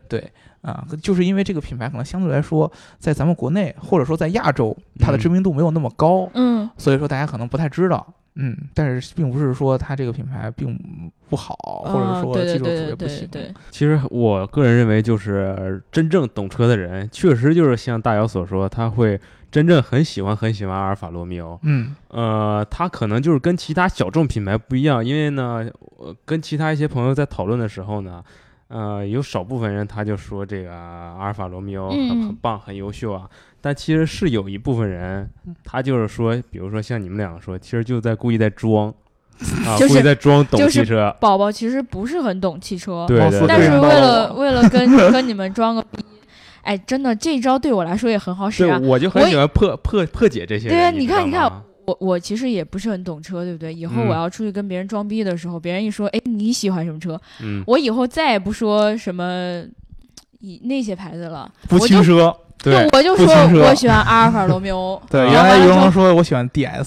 S2: 对啊，就是因为这个品牌可能相对来说，在咱们国内或者说在亚洲，它的
S3: 嗯
S2: 知名度没有那么高，
S1: 嗯
S2: 所以说大家可能不太知道。嗯，但是并不是说它这个品牌并不好，或者
S1: 啊
S2: 说
S1: 对对
S2: 技术特别
S1: 对
S2: 不
S1: 对
S2: 行
S1: 对。对，
S3: 其实我个人认为，就是真正懂车的人，确实就是像大姚所说，他会真正很喜欢很喜欢阿尔法罗密欧。
S2: 嗯
S3: 呃，它可能就是跟其他小众品牌不一样，因为呢，呃，跟其他一些朋友在讨论的时候呢，呃，有少部分人他就说这个阿尔法罗密欧很
S1: 嗯
S3: 很棒、很优秀啊，但其实是有一部分人，他就是说，比如说像你们两个说，其实就在故意在装，
S1: [LAUGHS]
S3: 啊，
S1: 就是
S3: 故意在装懂
S1: 就是
S3: 汽车，
S1: 宝宝其实不是很懂汽车，
S3: 对
S2: 貌
S3: 对
S2: 似
S1: 但
S3: 对
S1: 是
S2: 对啊
S1: 为了
S2: [LAUGHS] 到
S1: 为了跟跟你们装个逼，哎，真的这一招对我来说也很好使
S3: 对
S1: 啊。
S3: 我就
S1: 我
S3: 很
S1: 也
S3: 喜欢破破破解这些人。
S1: 对啊你
S3: 你
S1: 看
S3: 知
S1: 你
S3: 道
S1: 看
S3: 吗
S1: 我我其实也不是很懂车，对不对？以后
S3: 嗯
S1: 我要出去跟别人装逼的时候，别人一说，哎，你喜欢什么车？
S3: 嗯，
S1: 我以后再也不说什么以那些牌子了，
S2: 不
S1: 我就
S2: 轻奢，
S3: 对，
S1: 我就
S2: 不
S1: 说
S2: 轻奢。
S1: 我喜欢阿尔法罗密欧
S2: 对，
S1: 然后
S2: 原来
S1: 完了
S2: 游
S1: 之后
S2: 龙说我喜欢 DS，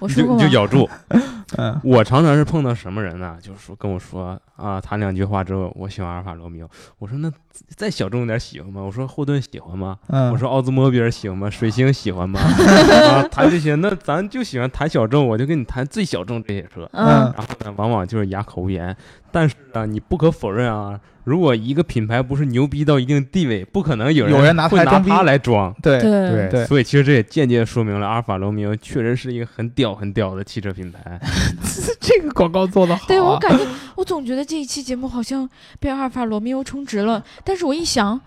S1: 我
S3: 你
S1: 说
S3: 就
S1: 过
S3: 你
S1: 吗
S3: 就？咬住。
S2: 嗯，
S3: 我常常是碰到什么人呢、就是说跟我说啊，谈两句话之后，我喜欢阿尔法罗密欧。我说那再小众点喜欢吗？我说霍顿喜欢吗？
S2: 嗯
S3: 我说奥兹摩比尔喜欢吗？水星喜
S2: [LAUGHS]
S3: 欢吗？啊，谈这些，那咱就喜欢谈小众，我就跟你谈最小众这些车。
S1: 嗯，
S3: 然后呢，往往就是哑口无言。但是呢，你不可否认啊，如果一个品牌不是牛逼到一定地位，不可能有
S2: 有人拿它
S3: 会
S2: 来
S3: 拿
S2: 装逼
S3: 它来装。
S2: 对
S1: 对
S2: 对
S3: 所以其实这也间接说明了阿尔法罗密欧确实是一个很屌很屌的汽车品牌。
S2: 这个广告做的好、啊，
S1: 对，我感觉我总觉得这一期节目好像被阿尔法罗密欧充值了，但是我一想，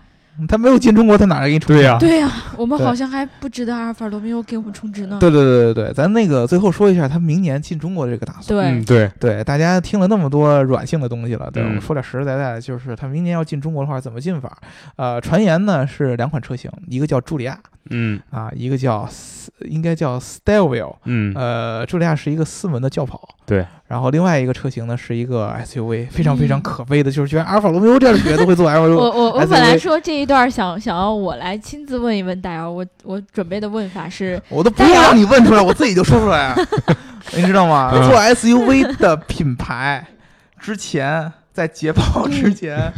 S2: 他没有进中国，他哪来给你充？啊
S3: 对呀
S1: 对呀、我们
S2: 对
S1: 好像还不值得阿尔法罗密欧给我们充值呢。
S2: 对对对对对，咱那个最后说一下他明年进中国这个打算。
S1: 对
S3: 嗯，对，
S2: 对，大家听了那么多软性的东西了，对，
S3: 嗯
S2: 我们说点实实在在的，就是他明年要进中国的话，怎么进法？呃，传言呢是两款车型，一个叫茱莉亚
S3: 嗯
S2: 啊，一个叫 S- 应该叫 Stelvio。
S3: 嗯，
S1: 啊
S2: 呃，茱莉亚是一个四门的轿跑，
S3: 对。
S2: 然后另外一个车型呢是一个 SUV，非常非常
S1: 嗯
S2: 可悲的，就是居然阿尔法罗密欧这样的品牌都会做阿尔法
S1: 我
S2: 罗，
S1: 我我
S2: SUV
S1: 本来说这一段想想要我来亲自问一问大姚，我我准备的问法是，
S2: 我都不用让你问出来，我自己就说出
S3: [LAUGHS]
S2: 来了，啊你知道吗？
S3: 嗯
S2: 做 SUV 的品牌，之前在捷豹
S3: 嗯
S2: 之
S3: [LAUGHS]
S2: 前，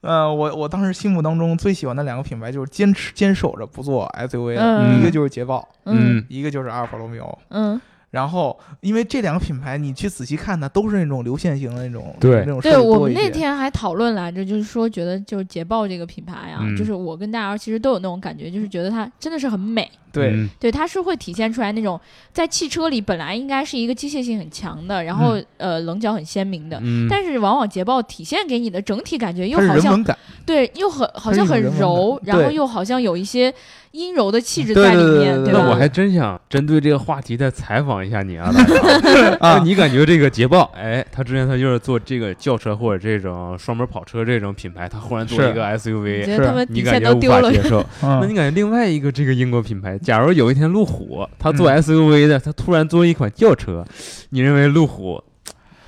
S2: 呃，我我当时心目当中最喜欢的两个品牌就是坚持坚守着不做 SUV 的，
S1: [LAUGHS] 嗯
S2: 一个就是捷豹，
S1: 嗯
S3: 嗯
S2: 一个就是阿尔法罗密欧。
S1: 嗯，
S2: 然后，因为这两个品牌，你去仔细看它，都是那种流线型的那种，
S3: 对
S2: 那种设计
S1: 对我
S2: 多
S1: 们
S2: 一
S1: 那
S2: 些。
S1: 天还讨论来着，就是说觉得就是捷豹这个品牌啊，
S3: 嗯
S1: 就是我跟大姚其实都有那种感觉，就是觉得它真的是很美，
S2: 对，
S3: 嗯
S1: 对，它是会体现出来那种在汽车里本来应该是一个机械性很强的，然
S2: 嗯
S1: 后、呃棱角很鲜明的。
S3: 嗯，
S1: 但是往往捷豹体现给你的整体感觉又
S2: 它是
S1: 好
S2: 人
S1: 像
S2: 文感，
S1: 对，又很好
S2: 它是
S1: 像
S2: 一种
S1: 很
S2: 人文的
S1: 柔，然后
S2: 对
S1: 又好像有一些阴柔的气质
S2: 对
S1: 在里
S2: 对对
S1: 面，
S2: 对
S1: 吧？
S3: 那我还真想针对这个话题再采访一下你啊，
S1: [LAUGHS]
S3: 大姚
S2: 啊
S3: 那你感觉这个捷豹，哎，他之前他就是做这个轿车或者这种双门跑车这种品牌，他忽然做
S2: 是
S3: 一个
S1: 你
S3: SUV，
S1: 觉得他
S2: 是
S1: 们
S3: 你
S1: 底
S3: 感
S1: 线
S3: 觉
S1: 都
S3: 无
S1: 丢
S3: 法
S1: 了
S3: 接
S1: [LAUGHS]
S3: 受。那
S2: 嗯
S3: 你感觉另外一个这个英国品牌，假如有一天路虎它做
S2: 嗯
S3: SUV 的，它突然做一款轿车，你认为路虎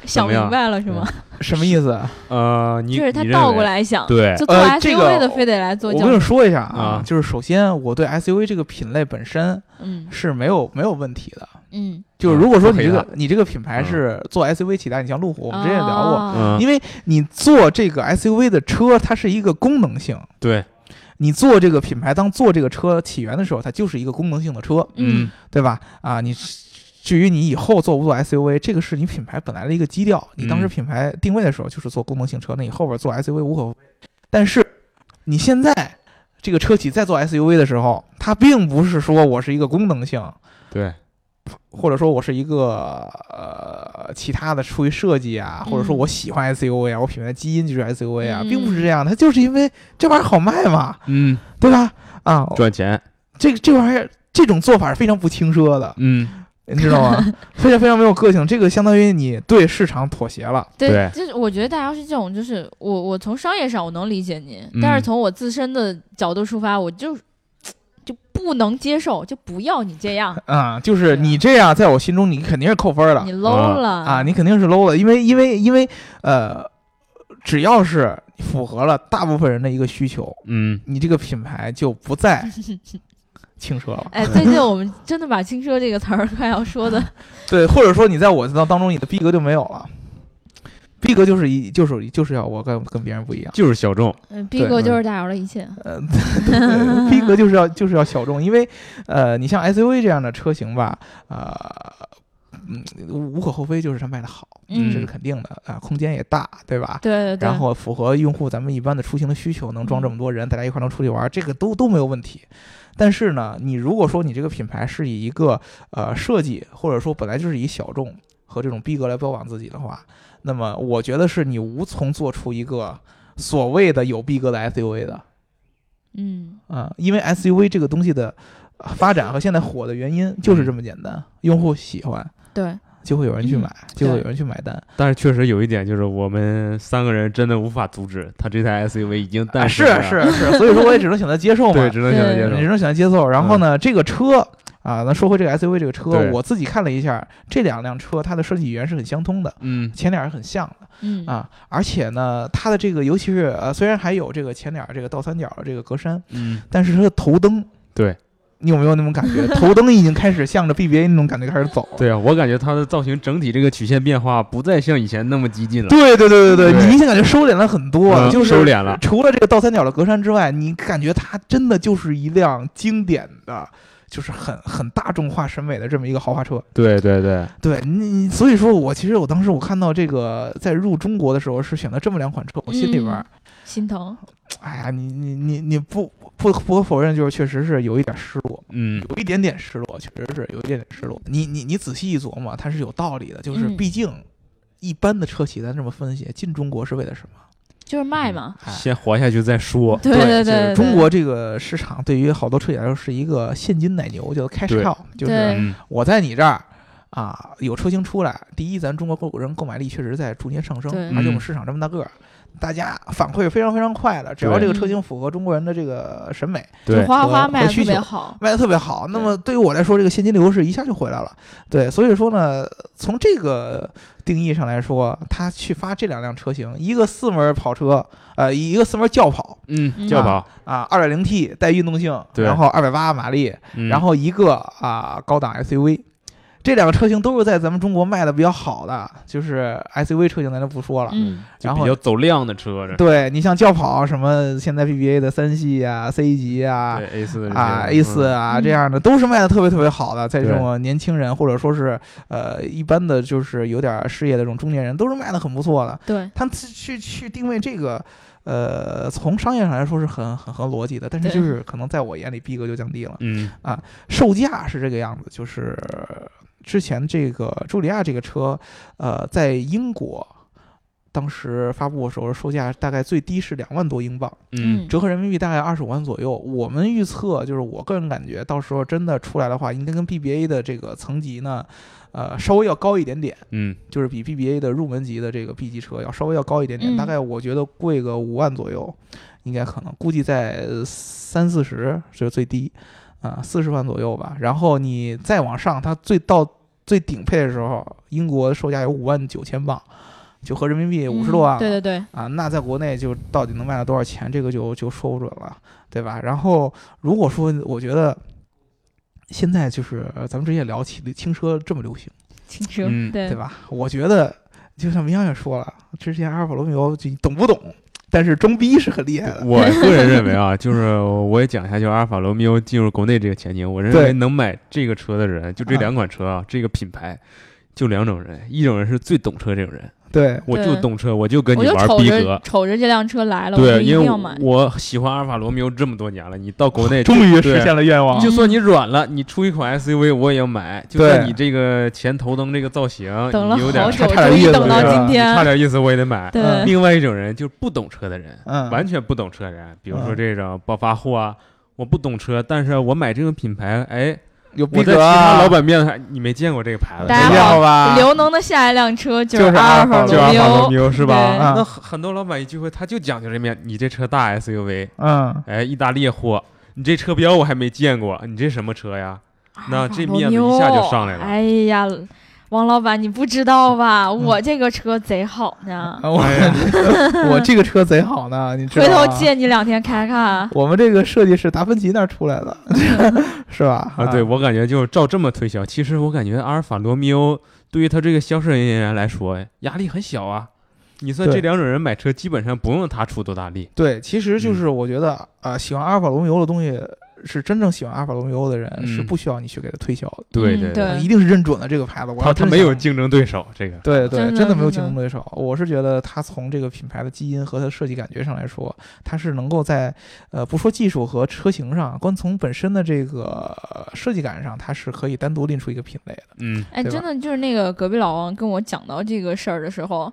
S1: 想
S3: 么样
S1: 明白了是吗？
S2: 什么意思？啊
S3: 呃，你
S1: 就是他
S3: 你认
S1: 倒过
S3: 为
S1: 来想，
S3: 对
S1: 就做
S2: 呃这
S1: SUV
S2: 个
S1: 的非得来做
S2: 我
S1: 轿
S2: 跟你
S1: 车，
S2: 说一下
S3: 啊
S2: 就是首先我对 SUV 这个品类本身
S1: 嗯
S2: 是没有没有问题的，
S1: 嗯，
S2: 就是
S3: 嗯
S2: 如果说
S3: 不
S2: 你
S3: 赔
S2: 这个
S3: 的
S2: 你这个品牌
S3: 嗯
S2: 是做 SUV 起家，你像路虎，我们之前也聊过，
S1: 啊
S3: 嗯，
S2: 因为你做这个 SUV 的车，它是一个功能性。
S3: 对，
S2: 你做这个品牌，当做这个车起源的时候，它就是一个功能性的车，
S1: 嗯
S2: 对吧？啊，你至于你以后做不做 SUV，这个是你品牌本来的一个基调。你当时
S3: 嗯
S2: 品牌定位的时候就是做功能性车，那你后边做 SUV 无可厚非。但是你现在这个车企在做 SUV 的时候，它并不是说我是一个功能性，
S3: 对，
S2: 或者说我是一个呃其他的出于设计啊，
S1: 嗯
S2: 或者说我喜欢 SUV 啊，我品牌的基因就是 SUV 啊，
S1: 嗯
S2: 并不是这样，它就是因为这玩意儿好卖嘛，
S3: 嗯，
S2: 对吧？啊，
S3: 赚钱，
S2: 这个这玩意儿这种做法是非常不轻奢的，
S3: 嗯，
S2: 你知道吗？非常非常没有个性，这个相当于你对市场妥协了。
S1: 对
S3: 对，
S1: 就是我觉得大家是这种，就是我我从商业上我能理解你，但是
S3: 嗯
S1: 从我自身的角度出发，我就就不能接受，就不要你这样，
S2: 啊、就是你这样，在我心中你肯定是扣分的
S1: 你 low 了
S2: 啊，你肯定是 low 的，因为因为因为呃，只要是符合了大部分人的一个需求，
S3: 嗯，
S2: 你这个品牌就不再轻奢了。
S1: 哎，最近我们真的把“轻奢”这个词儿快要说的，
S2: 对，或者说你在我当当中，你的逼格就没有了。逼格就是一就是就是要我跟跟别人不一
S3: [LAUGHS]
S2: 样，
S3: 就是小众，
S1: 嗯，逼格就是打扰了一切。啊
S2: 呃，对逼格就是要就是要小众，因为呃，你像 SUV 这样的车型吧，呃，嗯，无可厚非就是它卖的好，
S1: 嗯
S2: 这是肯定的啊、空间也大，对吧？
S1: 对对对，
S2: 然后符合用户咱们一般的出行的需求，能装这么多人，大家一块儿能出去玩儿，这个都都没有问题。但是呢，你如果说你这个品牌是以一个呃设计，或者说本来就是以小众和这种逼格来标榜自己的话，那么我觉得是你无从做出一个所谓的有逼格的 SUV 的。
S1: 嗯
S2: 啊、因为 SUV 这个东西的呃发展和现在火的原因就是这么简单，用户喜欢
S1: 对，
S2: 就会有人去买，就会
S1: 对
S2: 有人去买单。
S3: 但是确实有一点就是我们三个人真的无法阻止他这台 SUV 已经诞
S2: 啊
S3: 生
S2: 是
S3: 了，
S2: 是是，所以说我也只能选择接受嘛，
S3: 对，只能选择
S1: 对
S2: 只
S3: 接受。
S2: 能选择接受。然后呢，这个车啊，咱说回这个 SUV 这个车
S3: 对，
S2: 我自己看了一下，这两辆车它的设计语言是很相通的，
S3: 嗯，
S2: 前脸是很像的。
S1: 嗯
S2: 啊，而且呢，它的这个尤其是呃，虽然还有这个前脸儿这个倒三角儿的这个格栅，
S3: 嗯，
S2: 但是它的头灯，
S3: 对
S2: 你有没有那种感觉？头灯已经开始向着 BBA 那种感觉开始走了。
S3: 对啊，我感觉它的造型整体这个曲线变化不再像以前那么激进了，
S2: 对对对对
S3: 对
S2: 你明显感觉收敛了很多，
S3: 嗯
S2: 就是
S3: 收敛了。
S2: 除了这个倒三角的格栅之外，你感觉它真的就是一辆经典的。就是很很大众化审美的这么一个豪华车，
S3: 对对对，
S2: 对你，你所以说我其实我当时我看到这个在入中国的时候是选择这么两款车，我心里边儿
S1: 嗯心疼。
S2: 哎呀，你你你你不不不可否认，就是确实是有一点失落，
S3: 嗯，
S2: 有一点点失落，确实是有一点点失落。你你你仔细一琢磨，它是有道理的，就是
S1: 嗯
S2: 毕竟一般的车企咱这么分析，进中国是为了什么？
S1: 就是卖嘛，
S2: 哎
S3: 先活下去再说。
S1: 对
S2: 对
S1: 对
S2: 就是，中国这个市场对于好多车企来说是一个现金奶牛，叫 cash
S3: 对
S2: cow，就是
S1: 对
S3: 嗯，
S2: 我在你这儿。啊，有车型出来，第一，咱中国国人购买力确实在逐年上升
S1: 对，
S2: 而且我
S3: 嗯
S2: 们市场这么大个儿，大家反馈非常非常快的，只要
S3: 对
S2: 这个车型符合中国人的这个审美，
S1: 就
S3: 对，
S1: 花花花
S2: 和
S1: 卖的
S2: 需
S1: 特别
S2: 求
S1: 好。
S2: 卖的特别好。那
S1: 对
S2: 么对于我来说，这个现金流是一下就回来了。对，所以说呢，从这个定义上来说，他去发这两辆车型，一个四门跑车，呃，一个四门轿跑
S3: 嗯，轿跑，
S2: 啊，二点零 T 带运动性，
S3: 对
S2: 然后二百八马力，
S3: 嗯
S2: 然后一个啊高档 SUV。这两个车型都是在咱们中国卖的比较好的，就是 SUV 车型咱就不说了。
S1: 嗯，
S3: 就
S2: 然
S3: 比
S2: 后
S3: 较走量的车，这
S2: 对你像轿跑啊什么，现在 BBA 的三系啊、C 级啊，
S3: 对 A 四
S2: 啊 A 四啊
S1: 嗯
S2: 这样的都是卖的特别特别好的，在这
S3: 对
S2: 种年轻人或者说是呃一般的就是有点事业的这种中年人都是卖的很不错的。
S1: 对，
S2: 他们去去去定位这个，呃，从商业上来说是很很合逻辑的，但是
S1: 对
S2: 就是可能在我眼里逼格就降低了。
S3: 嗯，
S2: 售价是这个样子，就是之前这个朱利亚这个车，呃，在英国。当时发布的时候，售价大概最低是两万多英镑，
S3: 嗯
S1: 嗯
S2: 折合人民币大概二十五万左右。我们预测，就是我个人感觉，到时候真的出来的话，应该跟 BBA 的这个层级呢，呃，稍微要高一点点，
S3: 嗯
S2: 就是比 BBA 的入门级的这个 B 级车要稍微要高一点
S1: 嗯
S2: 点，大概我觉得贵个五万左右，应该可能估计在三四十是最低，啊、四十万左右吧。然后你再往上，它最到最顶配的时候，英国售价有五万九千镑，就合人民币五十多万了、
S1: 嗯对对对，
S2: 啊，那在国内就到底能卖到多少钱，这个就就说不准了，对吧？然后如果说我觉得现在就是呃咱们之前也聊起轻车这么流行，
S1: 轻奢，
S3: 嗯
S1: 对
S2: 对？吧？我觉得就像明阳也说了，之前阿尔法罗密欧就懂不懂，但是装逼是很厉害的。
S3: [LAUGHS] 我个人认为啊，就是我也讲一下，就阿尔法罗密欧进入国内这个前景，我认为
S2: 对
S3: 能买这个车的人，就这
S2: 啊
S3: 两款车啊，这个品牌。就两种人，一种人是最懂车这种人，
S2: 对
S3: 我就
S1: 对
S3: 懂车，我就跟你
S1: 我就
S3: 玩
S1: 瞅
S3: 逼
S1: 着
S3: 格，
S1: 瞅着这辆车来了，我就
S3: 对，
S1: 一
S3: 因
S1: 定
S3: 为
S1: 要
S3: 我
S1: 买。
S3: 我喜欢阿尔法罗密欧这么多年了，你
S2: [LAUGHS]
S3: 到国内
S2: 终于
S3: 对
S2: 实现了愿望
S3: 就算你软了，你出一款 SUV 我也要买。就
S2: 对
S3: 算你这个前头灯这个造型，
S1: 等了
S3: 你有点
S1: 好久，
S2: 差点
S1: 终
S2: 意
S1: 于
S2: 思
S1: 等到
S2: 是吧
S1: 今
S2: 啊
S3: 差
S1: 天。
S3: 点意思我也得买。
S1: 对，
S3: 另外一种人就是不懂车的人，
S2: 嗯，
S3: 完全不懂车的人，比如说
S2: 嗯
S3: 这种暴发户啊，我不懂车，但是我买这个品牌，哎，
S2: 有
S3: 我
S2: 逼格
S3: 在其他
S2: 啊，
S3: 老板面前你没见过这个牌子，
S1: 大家
S2: 没
S3: 对
S2: 见
S3: 吧
S1: 好啊
S2: 过吧？
S1: 刘能的下一辆车就
S2: 就是是
S1: 阿尔
S2: 阿
S1: 法
S2: 尔
S3: 就
S1: 罗
S3: 阿尔
S1: 密
S3: 法罗
S1: 欧
S3: 密，欧是吧？
S1: 对
S2: 啊
S3: 那很很多老板一聚会他就讲究这面，你这车大 SUV，
S2: 嗯，
S3: 哎，意大利货，你这车标我还没见过，你这什么车呀？
S1: 啊
S3: 那这面子一下就上来了嗯
S1: 哎呀，王老板，你不知道吧？我这个车贼好呢，
S2: 啊我
S3: 哎
S2: 我这个车贼好呢，你知道
S1: 回
S2: 吗？
S1: 头借你两天开啊看。
S2: 我们这个设计是达芬奇那儿出来
S1: [LAUGHS]
S2: 的，是吧？
S3: 啊，对，我感觉就是照这么推销，哎其实我感觉阿尔法罗密欧对于他这个销售人员来说压力很小啊。你算这
S2: 对
S3: 两种人买车，基本上不用他出多大力。
S1: 嗯
S2: 对，其实
S3: 嗯
S2: 就是我觉得，呃，喜欢阿尔法罗密欧的东西，是真正喜欢阿尔法罗密欧的人、
S3: 嗯
S2: 是不需要你去给他推销的，
S1: 对嗯
S3: 对
S1: 对对
S2: 一定是认准了这个牌子。我要
S3: 他他
S2: 真
S3: 没有
S2: 想
S3: 竞争对手，这个
S2: 对对，
S1: 真的
S2: 真的没有
S1: 真
S2: 竞
S1: 的
S2: 争对手。我是觉得它从这个品牌的基因和它的设计感觉上来说，它是能够在呃不说技术和车型上，光从本身的这个呃设计感上，它是可以单独拎出一个品类的。
S3: 嗯，
S1: 哎，
S2: 对吧
S1: 真的就是那个隔壁老王跟我讲到这个事儿的时候，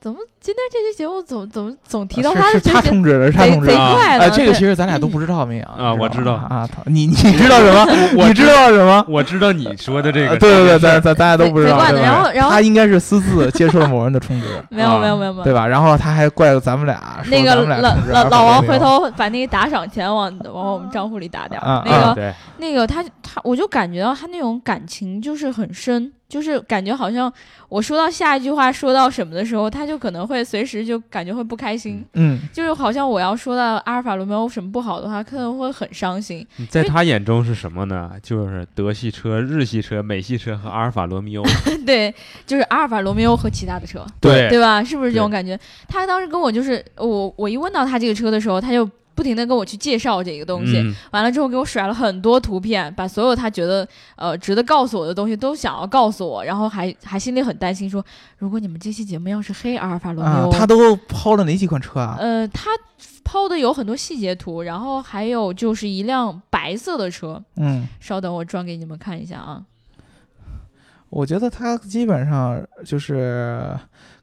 S1: 怎么今天这期节目总总总提到
S2: 是
S1: 他的
S2: 啊是
S1: 这
S2: 他
S1: 些
S2: 通知的，是他
S1: 贼
S2: 通知
S1: 贼
S2: 的。
S3: 啊
S1: 怪
S2: 啊，
S1: 的？
S2: 这个
S1: 对嗯
S2: 其实咱俩都不知道绵阳
S3: 啊我知道
S2: 啊，他你你知道什么？
S3: 我
S2: 你知道什 [LAUGHS] 么？
S3: 我知道你说的这
S2: 啊
S3: 个，
S2: 对对对，
S3: 这个
S2: 咱
S3: 事儿
S2: 咱大家都不知道
S1: 贼。怪
S2: 对
S1: 的。
S2: 吧
S1: 然后然后
S2: 他应该是私自接受了某人
S1: [LAUGHS]
S2: 的充值，
S1: 没有没有没有没有
S2: 啊对。吧？然后他还怪咱们俩，说
S1: 那个
S2: 咱们俩
S1: 老
S2: 充值
S1: 老
S2: 啊
S1: 老王
S2: 反
S1: 回
S2: 正没有
S1: 头把那个打赏钱往往我们账户里打点儿，
S2: 啊
S1: 那个、
S2: 啊
S3: 对，
S1: 那个他他，我就感觉到他那种感情就是很深，就是感觉好像我说到下一句话说到什么的时候，他就可能会随时就感觉会不开心，
S2: 嗯，
S1: 就是好像我要说到阿尔法罗密欧什么不好的话，可能会很伤心。 [LAUGHS]
S3: 在他眼中是什么呢？就是德系车、日系车、美系车和阿尔法罗密欧。
S1: 对，就是阿尔法罗密欧和其他的车，
S3: 对
S1: 对吧？是不是这种
S3: 对
S1: 感觉？他当时跟我就是我我一问到他这个车的时候，他就不停的跟我去介绍这个东西，
S3: 嗯
S1: 完了之后给我甩了很多图片，把所有他觉得呃值得告诉我的东西都想要告诉我，然后还还心里很担心说，如果你们这期节目要是黑阿尔法罗密
S2: 啊
S1: 欧，，
S2: 他都抛了哪几款车啊？
S1: 呃他抛的有很多细节图，然后还有就是一辆白色的车，
S2: 嗯，
S1: 稍等我转给你们看一下啊，
S2: 我觉得他基本上就是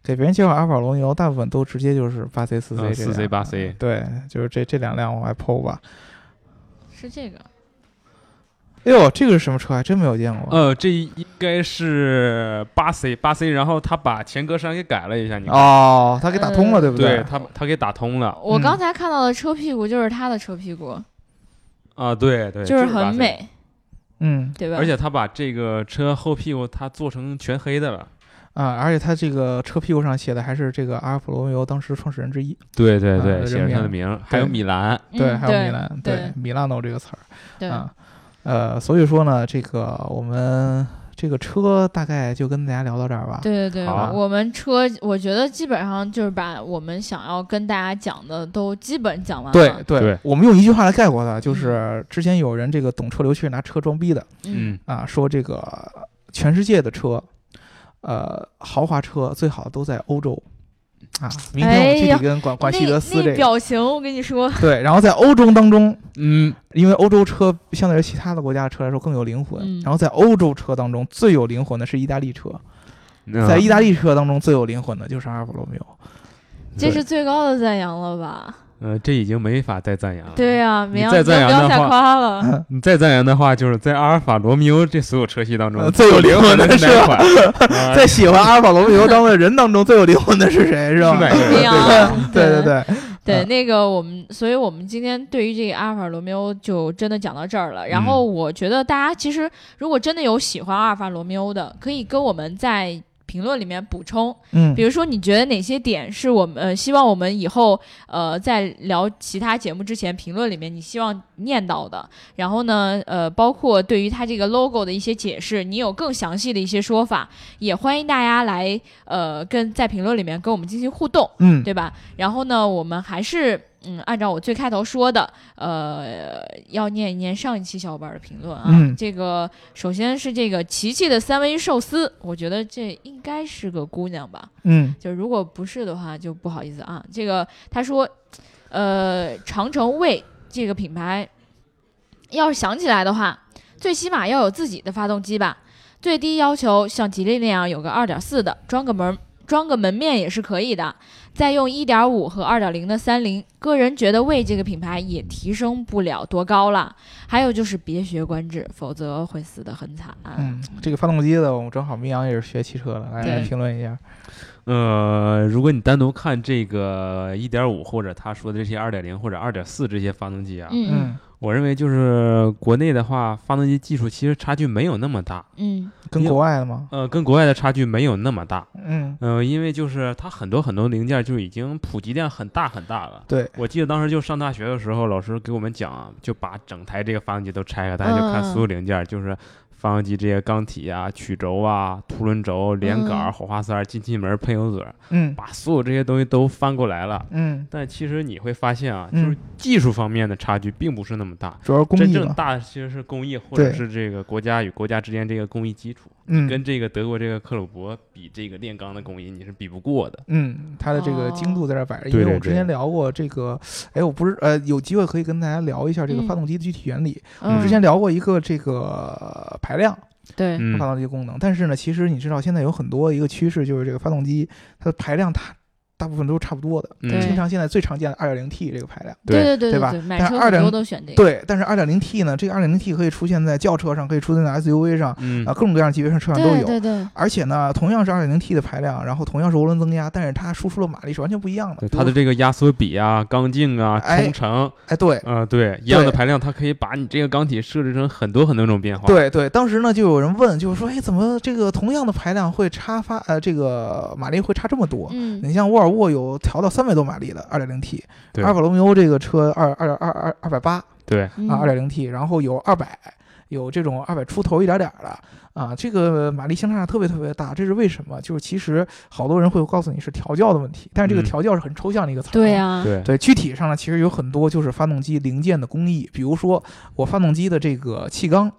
S2: 给别人介绍阿尔法罗密欧，大部分都直接就是八 C 啊四 C
S3: 嗯
S2: 这
S3: 4C
S2: 两
S3: 8C
S2: 对，就是这这两辆往外抛吧。
S1: 是这个，
S2: 哎呦，这个是什么车？还真没有见过。
S3: 呃，这应该是八 C 八 C，然后他把前格栅给改了一下，你看，
S2: 哦，他给打通了，
S1: 呃
S2: 对不
S3: 对他他给打通了
S1: 我
S2: 嗯
S1: 刚才看到的车屁股就是他的车屁股，
S3: 啊，对对，
S1: 就是
S3: 是
S1: 很
S3: 8C。
S1: 美，
S2: 嗯
S1: 对吧？
S3: 而且他把这个车后屁股他做成全黑的了，
S2: 啊，而且他这个车屁股上写的还是这个阿尔法罗密欧当时创始人之一，
S3: 对对
S2: 啊
S3: 对，
S2: 人
S3: 写着他的
S2: 名
S3: 名儿，还有
S2: 对
S3: 米兰，
S1: 嗯
S2: 对，还有米兰，
S1: 对
S2: 对，米兰诺这个词儿。
S1: 对
S2: 啊，呃，所以说呢，这个我们这个车大概就跟大家聊到这儿吧。，
S1: 对对对，
S3: 好啊
S1: 我们车，我觉得基本上就是把我们想要跟大家讲的都基本讲完
S2: 对
S1: 了。
S2: 对
S3: 对
S2: 我们用一句话来概括它，就是之前有人这个懂车流去拿车装逼的
S1: 嗯，
S3: 嗯
S2: 啊，说这个全世界的车，呃，豪华车最好都在欧洲啊。明天我
S1: 哎
S2: 们具
S1: 呀
S2: 体跟管管希德斯
S1: 那
S2: 这
S1: 那
S2: 个
S1: 表情，我跟你说，
S2: 对，然后在欧洲当中。
S3: 嗯，
S2: 因为欧洲车相对于其他的国家的车来说更有灵魂，
S1: 嗯
S2: 然后在欧洲车当中最有灵魂的是意大利车，
S3: 嗯
S2: 在意大利车当中最有灵魂的就是阿尔法罗密欧。
S1: 这是最高的赞扬了吧？
S3: 呃，这已经没法再赞扬了。
S1: 对呀、
S3: 你
S1: 绵阳
S3: 再
S1: 不要
S3: 赞扬
S1: 不要
S3: 的
S1: 再
S3: 话
S1: 夸了。
S3: [LAUGHS] 你再赞扬的话，就是在阿尔法罗密欧这所有车系当中
S2: 呃最有灵魂的
S3: 是
S2: 是
S3: 哪款？
S2: [LAUGHS]
S3: 啊
S2: 在喜欢阿尔法罗密欧当的人当中，最有灵魂的是谁？是吧？
S3: 是哪个人
S1: 绵阳，
S2: [LAUGHS] 对对对，
S1: 哎对，
S2: 嗯
S1: 那个我们，所以我们今天对于这个阿尔法罗密欧就真的讲到这儿
S3: 嗯
S1: 了。然后我觉得大家其实如果真的有喜欢阿尔法罗密欧的，可以跟我们在评论里面补充，
S2: 嗯
S1: 比，如说，你觉得哪些点是我们呃希望我们以后呃在聊其他节目之前，评论里面你希望念到的？然后呢，呃，包括对于它这个 logo 的一些解释，你有更详细的一些说法，也欢迎大家来呃跟在评论里面跟我们进行互动，
S2: 嗯，
S1: 对吧？然后呢，我们还是嗯按照我最开头说的，呃，要念一念上一期小伙伴的评论啊。
S2: 嗯
S1: 这个首先是这个琪琪的三文鱼寿司，我觉得这应该是个姑娘吧。
S2: 嗯，
S1: 就如果不是的话，就不好意思啊。这个他说，呃，长城卫这个品牌，要是想起来的话，最起码要有自己的发动机吧。最低要求像吉利那样有个2.4的，装个门装个门面也是可以的。再用1.5和2.0的三菱，个人觉得魏这个品牌也提升不了多高了。还有就是别学观致，否则会死得很惨。啊
S2: 嗯，这个发动机的，我们正好明阳也是学汽车的，来来
S1: 对
S2: 评论一下。
S3: 呃，如果你单独看这个1.5或者他说的这些2.0或者2.4这些发动机啊，
S1: 嗯
S2: 嗯，
S3: 我认为就是国内的话，发动机技术其实差距没有那么大，
S1: 嗯
S2: 跟国外的吗？
S3: 呃，跟国外的差距没有那么大。
S2: 嗯，
S3: 嗯、因为就是它很多很多零件就已经普及量很大很大了。
S2: 对，
S3: 我记得当时就上大学的时候，老师给我们讲啊，就把整台这个发动机都拆开，大家就
S1: 嗯
S3: 看
S1: 嗯
S3: 所有零件，就是发动机这些缸体啊、曲轴啊、凸轮轴、连杆儿、
S1: 嗯
S3: 火花塞儿、进气门儿、喷油嘴儿，
S2: 嗯
S3: 把所有这些东西都翻过来了。
S2: 嗯，
S3: 但其实你会发现啊，就
S2: 嗯
S3: 是技术方面的差距并不是那么大，
S2: 主要是工
S3: 真
S2: 艺
S3: 正
S2: 嘛，
S3: 大的其实是工艺或者
S2: 对
S3: 是这个国家与国家之间这个工艺基础，
S2: 嗯
S3: 跟这个德国这个克虏伯比这个炼钢的工艺你是比不过的。
S2: 嗯，它的这个精度在这儿摆着，因
S3: 对
S2: 为
S3: 对
S2: 我们之前
S3: 对
S2: 聊过这个，哎，我不是呃，有机会可以跟大家聊一下这个
S1: 嗯
S2: 发动机的具体原理。我
S1: 嗯，
S2: 们之前聊过一个这个排量
S1: 对，
S3: 嗯
S2: 发，动机功能，但是呢，其实你知道现在有很多一个趋势，就是这个发动机它的排量大大部分都是差不多的，
S3: 嗯
S1: 对
S2: 通常现在最常见的 2.0T 这个排量。
S1: 对
S3: 对
S1: 对
S2: 对吧
S1: 对，买
S2: 但
S1: 车
S2: 是
S1: 很多
S2: 2.0
S1: 都选这个，
S2: 对，但是 2.0T 呢，这个 2.0T 可以出现在轿车上，可以出现在 SUV 上，
S3: 嗯
S2: 啊，各种各样级别上车上都
S1: 对
S2: 有。
S1: 对对，
S2: 而且呢，同样是 2.0T 的排量，然后同样是涡轮增压，但是它输出的马力是完全不一样的
S3: 对。它的
S2: 比
S3: 这个压缩比啊、钢径啊、
S2: 哎
S3: 冲程，
S2: 如哎，对
S3: 啊，对，一样的排量，它可以把你这个钢体设置成很多很多种变化。，
S2: 对对，当时呢就有人问，就是说，哎，怎么这个同样的排量会差发呃这个马力会差这么多？
S1: 嗯，
S2: 你像沃尔沃有调到三百多马力的 2.0T，
S3: 对
S2: 阿尔法罗密欧这个车二二二二二百八，
S3: 对，
S1: 嗯
S2: 啊，二点零 T，然后有二百，有这种二百出头一点点儿的啊，这个马力相差特别特别大，这是为什么？就是其实好多人会告诉你是调教的问题，但是这个
S3: 嗯
S2: 调教是很抽象的一个词。
S1: 对。啊，
S3: 对，
S2: 对，具体上呢，其实有很多就是发动机零件的工艺，比如说我发动机的这个气缸，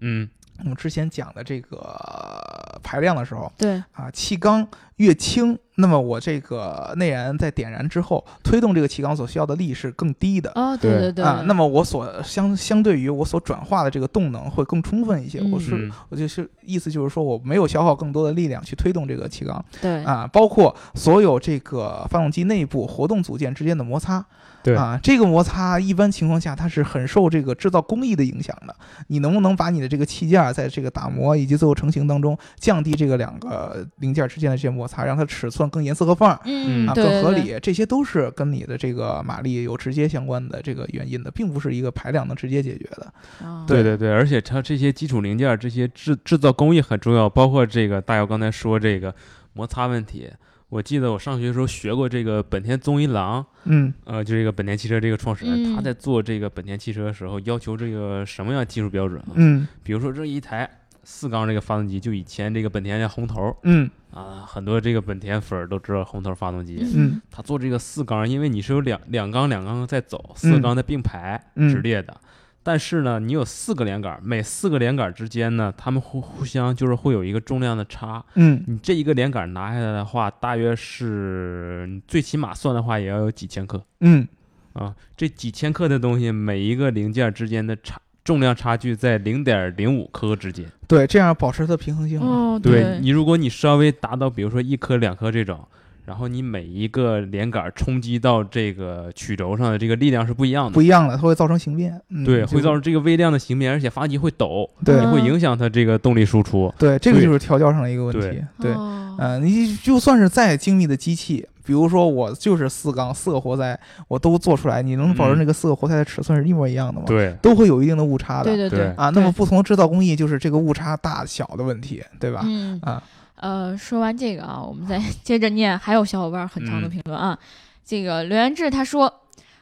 S3: 嗯，
S2: 我们之前讲的这个呃排量的时候
S1: 对，
S2: 啊，气缸越轻，那么我这个内燃在点燃之后，推动这个气缸所需要的力是更低的。
S1: 哦，
S3: 对
S1: 对对，
S2: 啊，那么我所相相对于我所转化的这个动能会更充分一些。
S1: 嗯
S2: 我是
S3: 嗯
S2: 我就是意思就是说我没有消耗更多的力量去推动这个气缸
S1: 对，
S2: 啊，包括所有这个发动机内部活动组件之间的摩擦。
S3: 对
S2: 啊，这个摩擦一般情况下它是很受这个制造工艺的影响的。你能不能把你的这个器件在这个打磨以及最后成型当中降低这个两个零件之间的这些摩擦，让它尺寸更严丝合缝？
S1: 嗯，
S2: 啊，
S1: 对
S2: 更合，
S1: 对对
S2: 理，这些都是跟你的这个马力有直接相关的这个原因的，并不是一个排量能直接解决的。
S1: 哦
S3: 对对对，而且它这些基础零件儿、这些制制造工艺很重要，包括这个大姚刚才说这个摩擦问题。我记得我上学的时候学过这个本田宗一郎，
S2: 嗯
S3: 呃，就这个本田汽车这个创始人，
S1: 嗯
S3: 他在做这个本田汽车的时候，要求这个什么样技术标准啊？
S2: 嗯
S3: 比如说这一台四缸这个发动机，就以前这个本田的红头儿
S2: 嗯
S3: 啊，很多这个本田粉儿都知道红头发动机，
S2: 嗯，
S3: 它做这个四缸，因为你是有两两缸两缸在走，四缸在并排、
S2: 嗯
S3: 直列的。但是呢，你有四个连杆儿，每四个连杆儿之间呢，它们互互相就是会有一个重量的差。
S2: 嗯
S3: 你这一个连杆儿拿下来的话，大约是你最起码算的话，也要有几千克
S2: 嗯
S3: 啊。这几千克的东西，每一个零件儿之间的差重量差距在零点零五克之间。
S2: 对，这样保持它的平衡性嘛。
S1: 哦，
S3: 对你，如果你稍微达到，比如说一颗、两颗这种，然后你每一个连杆冲击到这个曲轴上的这个力量是不一样
S2: 不
S3: 的，
S2: 一样的，它会造成形变，嗯，
S3: 对，
S2: 就
S3: 会造成这个微量的形变，而且发动机会抖，
S2: 对
S3: 也
S1: 嗯
S3: 会影响它这个动力输出。
S2: 对，这个
S3: 对
S2: 就是调教上的一个问题
S3: 对。
S2: 对，
S1: 哦
S2: 嗯、你就算是再精密的机器，比如说我就是四缸四个活塞，我都做出来，你能保证
S3: 嗯
S2: 这个四个活塞的尺寸是一模一样的吗？，
S3: 对，
S2: 都会有一定的误差的。
S1: 对对
S3: 对
S2: 啊，那么不同的制造工艺就是这个误差大小的问题，对吧？
S1: 嗯
S2: 啊
S1: 呃，说完这个啊，我们再 [LAUGHS] 接着念，还有小伙伴很长的
S3: 嗯
S1: 评论啊。这个刘元志他说，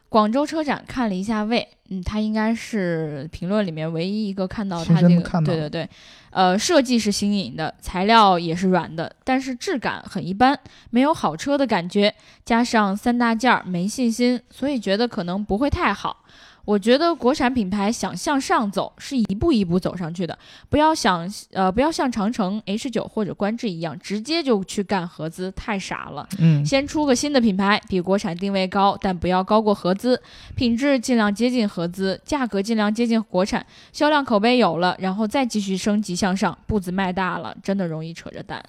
S1: 广州车展看了一下魏，嗯，他应该是评论里面唯一一个看到
S2: 亲
S1: 他
S2: 身
S1: 这个，
S2: 看到
S1: 对对对，呃，设计是新颖的，材料也是软的，但是质感很一般，没有好车的感觉，加上三大件儿没信心，所以觉得可能不会太好。我觉得国产品牌想向上走是一步一步走上去的，不要想呃，不要像长城、H 九或者观致一样，直接就去干合资，太傻了。
S2: 嗯
S1: 先出个新的品牌，比国产定位高，但不要高过合资，品质尽量接近合资，价格尽量接近国产，销量口碑有了，然后再继续升级向上，步子迈大了，真的容易扯着蛋。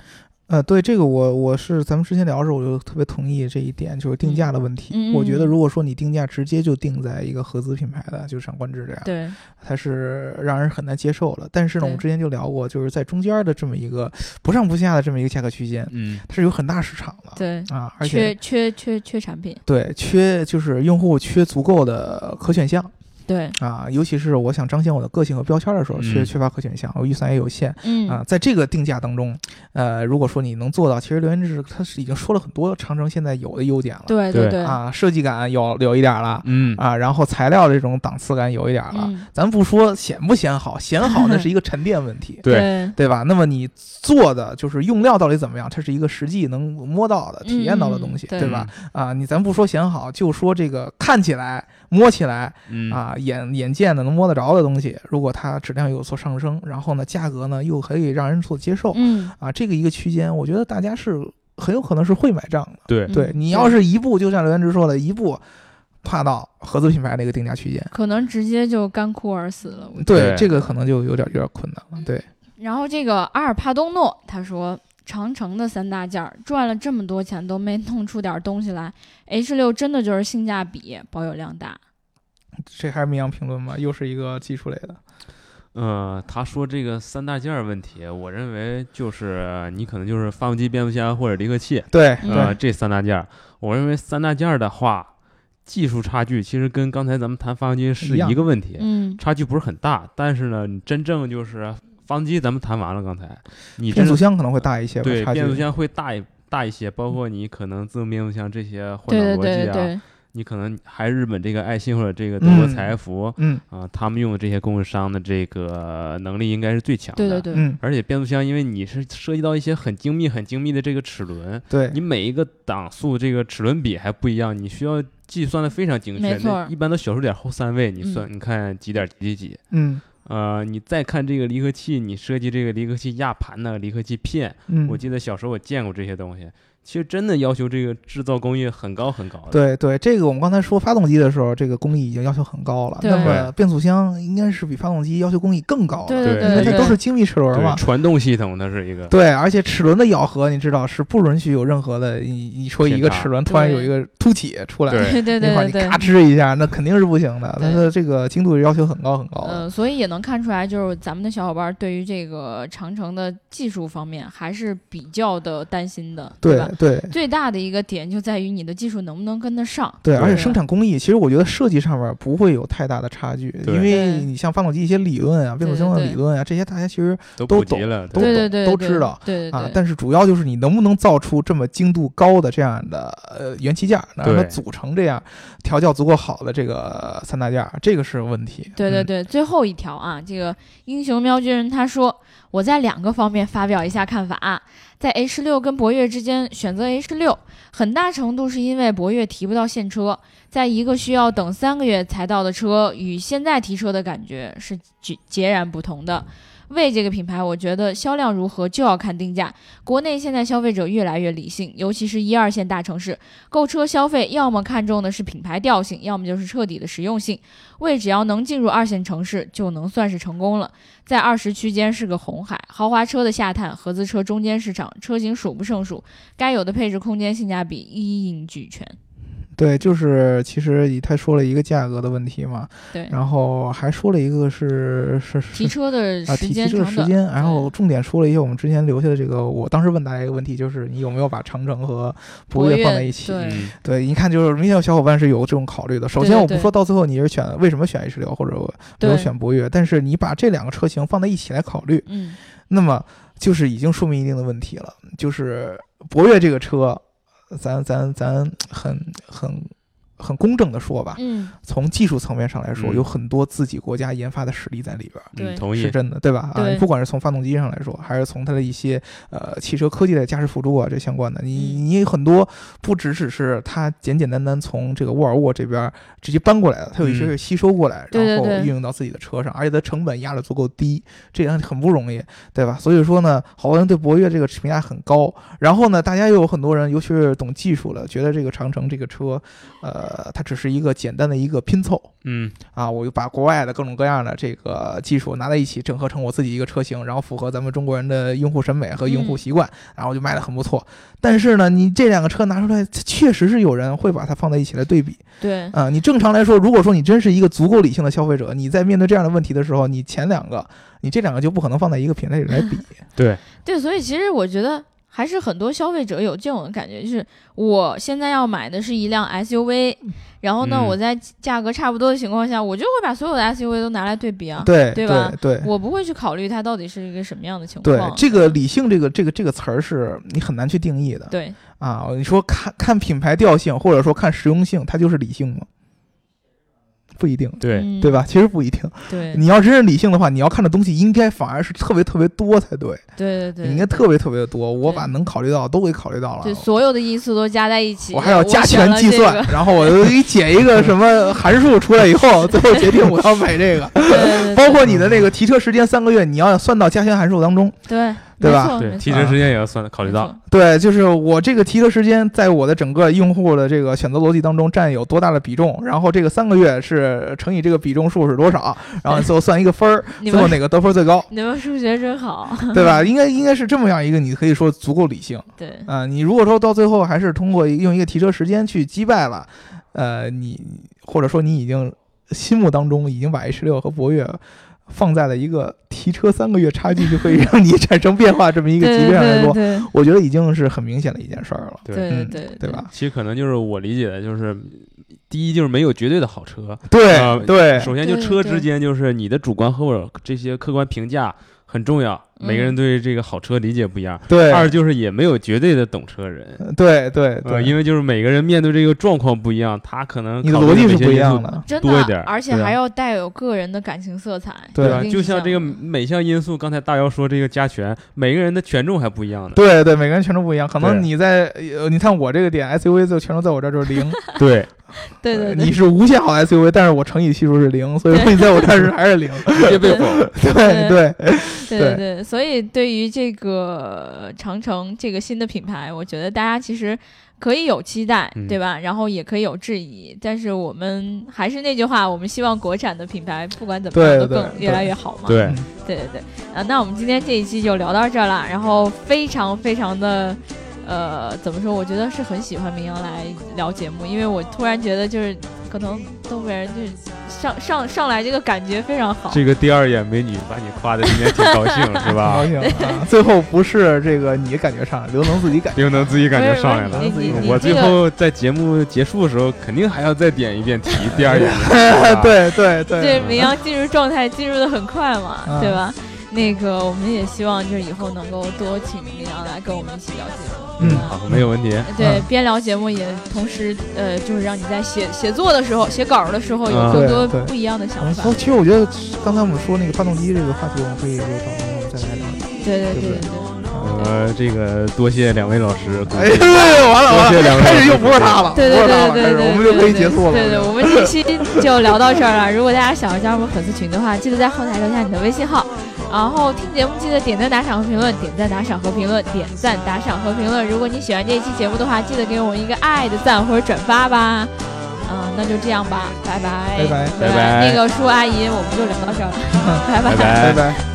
S2: 呃，对这个我我是咱们之前聊的时候，我就特别同意这一点，就是定价的问题。
S1: 嗯嗯嗯
S2: 我觉得如果说你定价直接就定在一个合资品牌的，就像观致这样，
S1: 对，
S2: 它是让人很难接受的。但是呢，
S1: 对
S2: 我们之前就聊过，就是在中间的这么一个不上不下的这么一个价格区间，
S3: 嗯，
S2: 它是有很大市场的。
S1: 对，
S2: 啊，而
S1: 缺
S2: 且
S1: 缺缺缺产品，
S2: 对缺就是用户缺足够的可选项
S1: 对，
S2: 啊，尤其是我想彰显我的个性和标签的时候，确实
S3: 嗯
S2: 缺乏可选项，我预算也有限
S1: 嗯，
S2: 啊。在这个定价当中，呃，如果说你能做到，其实刘元志他是已经说了很多长城现在有的优点了，
S1: 对
S3: 对
S1: 对，
S2: 啊，设计感有有一点儿了
S3: 嗯，
S2: 啊，然后材料这种档次感有一点儿了。
S1: 嗯，
S2: 咱不说显不显好，显好那是一个沉淀问题
S3: 对
S1: 对，
S2: 对吧？那么你做的就是用料到底怎么样，它是一个实际能摸到的、体验到的东西，
S1: 嗯嗯
S2: 对吧？？啊，你咱不说显好，就说这个看起来、摸起来
S3: 嗯，
S2: 啊，眼眼见的能摸得着的东西，如果它质量有所上升，然后呢，价格呢又可以让人所接受
S1: 嗯，
S2: 啊，这个一个区间，我觉得大家是很有可能是会买账的。
S3: 对
S1: 嗯
S2: 对你要是一步，就像刘元直说的，一步跨到合资品牌那个定价区间。
S1: 可能直接就干枯而死了。我
S2: 对
S3: 对
S2: 这个可能就有点有点困难
S1: 嗯
S2: 了。对，
S1: 然后这个阿尔帕东诺他说。长城的三大件儿赚了这么多钱都没弄出点东西来，H 六真的就是性价比保有量大。
S2: 这还是名扬评论吗？又是一个技术类的。
S1: 嗯
S3: 呃，他说这个三大件儿问题，我认为就是你可能就是发动机、变速箱或者离合器，
S2: 对
S1: 嗯
S3: 呃，
S2: 对，
S3: 这三大件儿，我认为三大件儿的话，技术差距其实跟刚才咱们谈发动机是
S2: 一样
S3: 一个问题，
S1: 嗯，
S3: 差距不是很大，但是呢，你真正就是发动机，咱们谈完了，刚才你
S2: 变
S3: 真
S2: 速
S3: 正
S2: 箱可能会大一些吧，
S3: 对
S2: 差距
S3: 变速箱会大一大一些，包括你可能自动变速箱这些换
S1: 对对
S3: 挡逻辑
S1: 对
S3: 啊，
S1: 对，
S3: 你可能还日本这个爱信或者这个德国
S2: 嗯
S3: 采埃孚啊、
S2: 嗯
S3: 他们用的这些供应商的这个能力应该是最强的。
S1: 对对对，
S2: 嗯，
S3: 而且变速箱，因为你是涉及到一些很精密、很精密的这个齿轮，
S2: 对
S3: 你每一个档数这个齿轮比还不一样，你需要计算的非常精
S1: 没
S3: 确。
S1: 错嗯
S3: 那一般都小数点后三位，你算，你看几点几几几。
S2: 嗯
S3: 呃，你再看这个离合器，你设计这个离合器压盘呢，离合器片，
S2: 嗯，
S3: 我记得小时候我见过这些东西。其实真的要求这个制造工艺很高很高的。，
S2: 对对，这个我们刚才说发动机的时候，这个工艺已经要求很高了。那
S1: 对
S2: 么变速箱应该是比发动机要求工艺更高
S1: 对
S2: 的，
S1: 对
S3: 对
S2: 因为
S1: 对，
S2: 这都是精密齿轮嘛
S3: 对，。传动系统它是一个，
S2: 对，而且齿轮的咬合，你知道是不允许有任何的，你你说一个齿轮突然有一个凸起出来，
S3: 对
S1: 对对
S2: 那
S1: 对
S2: 块儿
S1: 对
S2: 你
S1: 对嗯
S2: 咔，吱一下，那肯定是不行的。
S1: 对
S2: 它的这个精度要求很高很高的。
S1: 嗯，所以也能看出来，就是咱们的小伙伴儿对于这个长城的技术方面还是比较的担心的，
S2: 对
S1: 吧？
S2: 对
S1: 最大的一个点就在于你的技术能不能跟得上。
S2: 对，
S3: 对
S2: 而且生产工艺，其实我觉得设计上面不会有太大的差距，
S3: 对
S2: 因为
S1: 对
S2: 你像发动机一些理论啊、变速箱的
S1: 对对
S2: 理论啊，这些大家其实
S3: 都
S2: 都
S3: 普及
S2: 懂
S3: 了，
S2: 都
S1: 对
S2: 懂
S1: 对对，
S2: 都
S1: 对
S2: 知道。
S1: 对对
S2: 啊
S1: 对，，
S2: 但是主要就是你能不能造出这么精度高的这样的呃元器件儿，能让它
S3: 对
S2: 组成这样调教足够好的这个三大件儿，这个是问题。
S1: 对对
S2: 嗯，
S1: 对，最后一条啊，这个英雄喵军人他说，我在两个方面发表一下看法、啊，在 H 六跟博越之间选择 H 六，很大程度是因为博越提不到现车，在一个需要等三个月才到的车与现在提车的感觉是截截然不同的。为这个品牌，我觉得销量如何就要看定价。国内现在消费者越来越理性，尤其是一二线大城市，购车消费要么看重的是品牌调性，要么就是彻底的实用性。为只要能进入二线城市，就能算是成功了。在二十区间是个红海，豪华车的下探，合资车中间市场，车型数不胜数，该有的配置、空间、性价比一应俱
S2: [LAUGHS]
S1: 全。
S2: 对，就是其实以他说了一个价格的问题嘛，
S1: 对，
S2: 然后还说了一个是是是
S1: 提车的
S2: 啊，
S1: 时
S2: 提
S1: 间
S2: 提这个
S1: 长
S2: 时
S1: 短，
S2: 间，然后重点说了一些我们之前留下的这个，我当时问大家一个问题，就是你有没有把长城和博
S1: 博
S2: 越放
S1: 越
S2: 在一起？
S1: 对
S3: 嗯，
S2: 对，一看就是明显有小伙伴是有这种考虑的。首
S1: 对
S2: 先，
S1: 对
S2: 我不
S1: 对
S2: 说到最后你是选为什么选 H 六或者我没有
S1: 对
S2: 选博越，但是你把这两个车型放在一起来考虑，
S1: 嗯，
S2: 那么就是已经说明一定的问题了，就是博越这个车，咱咱咱很很很公正的说吧，
S1: 嗯，
S2: 从技术层面上来说，
S3: 嗯
S2: 有很多自己国家研发的实力在里边儿。
S1: 对
S3: 嗯，同
S2: 是
S3: 意，
S2: 真的，对吧？
S1: 对
S2: 啊，不管是从发动机上来说，还是从它的一些呃汽车科技的驾驶辅助啊这相关的，你
S1: 嗯
S2: 你很多不只只是它简简单单从这个沃尔沃这边直接搬过来的，它有一些
S3: 嗯
S2: 是吸收过来，
S1: 对对
S2: 然后
S1: 对
S2: 运用到自己的车上，而且它成本压得足够低，这样很不容易，对吧？所以说呢，好多人对博越这个评价很高，然后呢，大家又有很多人，尤其是懂技术的，觉得这个长城这个车，呃，它只是一个简单的一个拼凑，
S3: 嗯，
S2: 啊，我又把国外的各种各样的这个技术拿在一起，整合成我自己一个车型，然后符合咱们中国人的用户审美和用户
S1: 嗯
S2: 习惯，然后就卖的很不错。但是呢，你这两个车拿出来，确实是有人会把它放在一起来对比
S1: 对，
S2: 啊。你正常来说，如果说你真是一个足够理性的消费者，你在面对这样的问题的时候，你前两个，你这两个就不可能放在一个品类里来比。
S3: 对，
S1: 对，所以其实我觉得还是很多消费者有这种的感觉，就是我现在要买的是一辆 SUV，然后呢，
S3: 嗯
S1: 我在价格差不多的情况下，我就会把所有的 SUV 都拿来对比啊，
S2: 对
S1: 对吧
S2: 对
S1: 我不会去考虑它到底是一个什么样的情
S2: 对
S1: 况。，
S2: 这个理性这个这个这个词儿是你很难去定义的
S1: 对，
S2: 啊。你说看看品牌调性，或者说看实用性，它就是理性吗？不一定，
S3: 对，
S1: 嗯
S2: 对？吧？其实不一定。
S1: 对，
S2: 你要真是理性的话，你要看的东西应该反而是特别特别多才对，
S1: 对对
S2: 你应该
S1: 对，
S2: 特别特别的多。我
S1: 对
S2: 把能考虑到的都给考虑到了
S1: 对，所有的因素都加在一起，
S2: 我还要加
S1: 选
S2: 权
S1: 了
S2: 计
S1: 这
S2: 算
S1: 个，
S2: 然后我又给你解一个什么函数出来以后，最后决定我要买这个。
S1: [LAUGHS] 对
S2: [LAUGHS]
S1: 对对
S2: 包括你的那个提车时间三个月，你要算到加权函数当中。
S1: 对
S2: 对吧
S1: 没错
S3: 对，
S1: 没错
S3: 提成时间也要算考虑到，
S2: 对，就是我这个提车时间在我的整个用户的这个选择逻辑当中占有多大的比重，然后这个三个月是乘以这个比重数是多少， [LAUGHS] 然后最后算一个分儿，
S1: [LAUGHS] 你
S2: 最后
S1: 们
S2: 哪个得分最高，
S1: 你们数学真好， [LAUGHS]
S2: 对吧？应该应该是这么样一个，你可以说足够理性
S1: 对
S2: 啊、你如果说到最后还是通过一用一个提车时间去击败了，呃，你或者说你已经心目当中已经把 H 六和博越。放在了一个提车三个月差距就可以让你产生变化这么一
S1: 对
S2: 个级别上
S1: [LAUGHS]
S2: 来
S1: 对
S2: 说，
S1: 对
S2: 我觉得已经是很明显的一件事儿了。
S3: 对
S1: 对对
S2: 嗯
S1: 对
S2: 对吧？
S3: 其实可能就是我理解的，就是第一就是没有绝对的好车，呃
S2: 嗯对对
S3: 首先就
S1: 对
S3: 车
S1: 对
S3: 之间就是你的主观和我这些客观评价很重要，每
S1: 嗯
S3: 个人对这个好车理解不一样。
S2: 对，
S3: 二就是也没有绝对的懂车人。
S2: 对对
S3: 呃，
S2: 对，
S3: 因为就是每个人面对这个状况不一样，他可能
S2: 你的
S3: 考虑
S2: 逻辑是
S3: 每些
S2: 不一
S3: 因素
S2: 样，的。
S1: 真
S3: 多一点
S1: 的，
S3: 儿
S1: 而且
S3: 对啊
S1: 还要带有个人的感情色彩，
S2: 对
S1: 一
S2: 啊
S3: 对吧？
S1: 定
S3: 就是
S1: 这
S3: 像
S1: 样
S3: 这个
S1: 的
S3: 每项因素，刚才大姚说这个加权，每个人的权重还不一样呢。
S2: 对对，每个人权重不一样，可能
S3: 对啊
S2: 你在呃，你看我这个点 SUV 就权重在我这儿就是零，呃
S3: 对
S1: 对对
S2: 你
S1: 对
S2: 是无限好 SUV，但是我乘以系数是零，所以说
S1: 对
S2: 你在我这儿是还
S1: [LAUGHS]
S2: 是零，
S3: 直接被否。
S2: 对对
S1: 对对对，所以对于这个长城这个新的品牌，我觉得大家其实可以有期待，
S3: 嗯
S1: 对吧？然后也可以有质疑，但是我们还是那句话，我们希望国产的品牌不管怎么样
S2: 对
S1: 都
S2: 对
S1: 更
S2: 对
S1: 越来越好嘛。
S3: 对，
S1: 对对对，啊，那我们今天这一期就聊到这儿了。然后非常非常的，呃，怎么说？我觉得是很喜欢明阳来聊节目，因为我突然觉得就是可能东北人就是上上上来这个感觉非常好。
S3: 这个第二眼美女把你夸的今天挺高兴是
S2: 很
S3: 吧
S2: [LAUGHS] 高？兴啊！最后不是这个你感觉上，刘能自
S3: [LAUGHS]
S2: 己感觉。。，
S3: 刘能自己感
S1: 不
S3: 觉
S1: 是
S3: 上来
S1: 不
S3: 了
S1: 是。你你你
S3: 我
S1: 这
S3: 最
S1: 个
S3: 后在节目结束的时候，肯定还要再点一遍题第二眼
S2: [LAUGHS] 对对对
S1: 对，明阳进入状态进入的很快嘛，
S2: 嗯
S1: 对吧？那个，我们也希望就是以后能够多请明阳来跟我们一起聊节目。
S2: 嗯
S1: 对吧呃
S3: 啊好，没有问题。
S1: 对
S2: 嗯，
S1: 边聊节目也同时，呃，就是让你在写写作的时候、写稿的时候有
S3: 嗯
S1: 更多
S2: 对对
S1: 不一样的想
S2: 嗯
S1: 法。
S2: 哦，其实我觉得刚才我们说那个发动机这个话题，我们可以留到时候我们再来聊。
S1: 对对对
S2: 对
S1: 对
S2: 不
S1: 对。
S3: 呃，这个这个多谢两位老师，
S2: 哎呦，完了完
S3: 多谢两
S2: 了，[LAUGHS]
S3: 位
S2: 开始又不是他了，
S1: 对
S2: 不
S1: 对
S2: 是他了，
S1: 对
S2: 开
S1: 对
S2: 始
S1: 对，
S2: 我们就可以结束了。
S1: 对对，我们这期就聊到这儿了。如果大家想要加入我们粉丝群的话，记得在后台留下你的微信号。然后听节目记得点赞、打赏和评论，点赞、打赏和评论，点赞、打赏和评论。如果你喜欢这一期节目的话，记得给我们一个爱的赞或者转发吧。嗯，那就这样吧，拜拜，
S2: 拜拜
S1: 拜
S3: 拜拜
S1: 那个舒阿姨，我们就聊到这儿了，拜
S3: 拜
S2: 拜
S3: 拜
S2: 拜。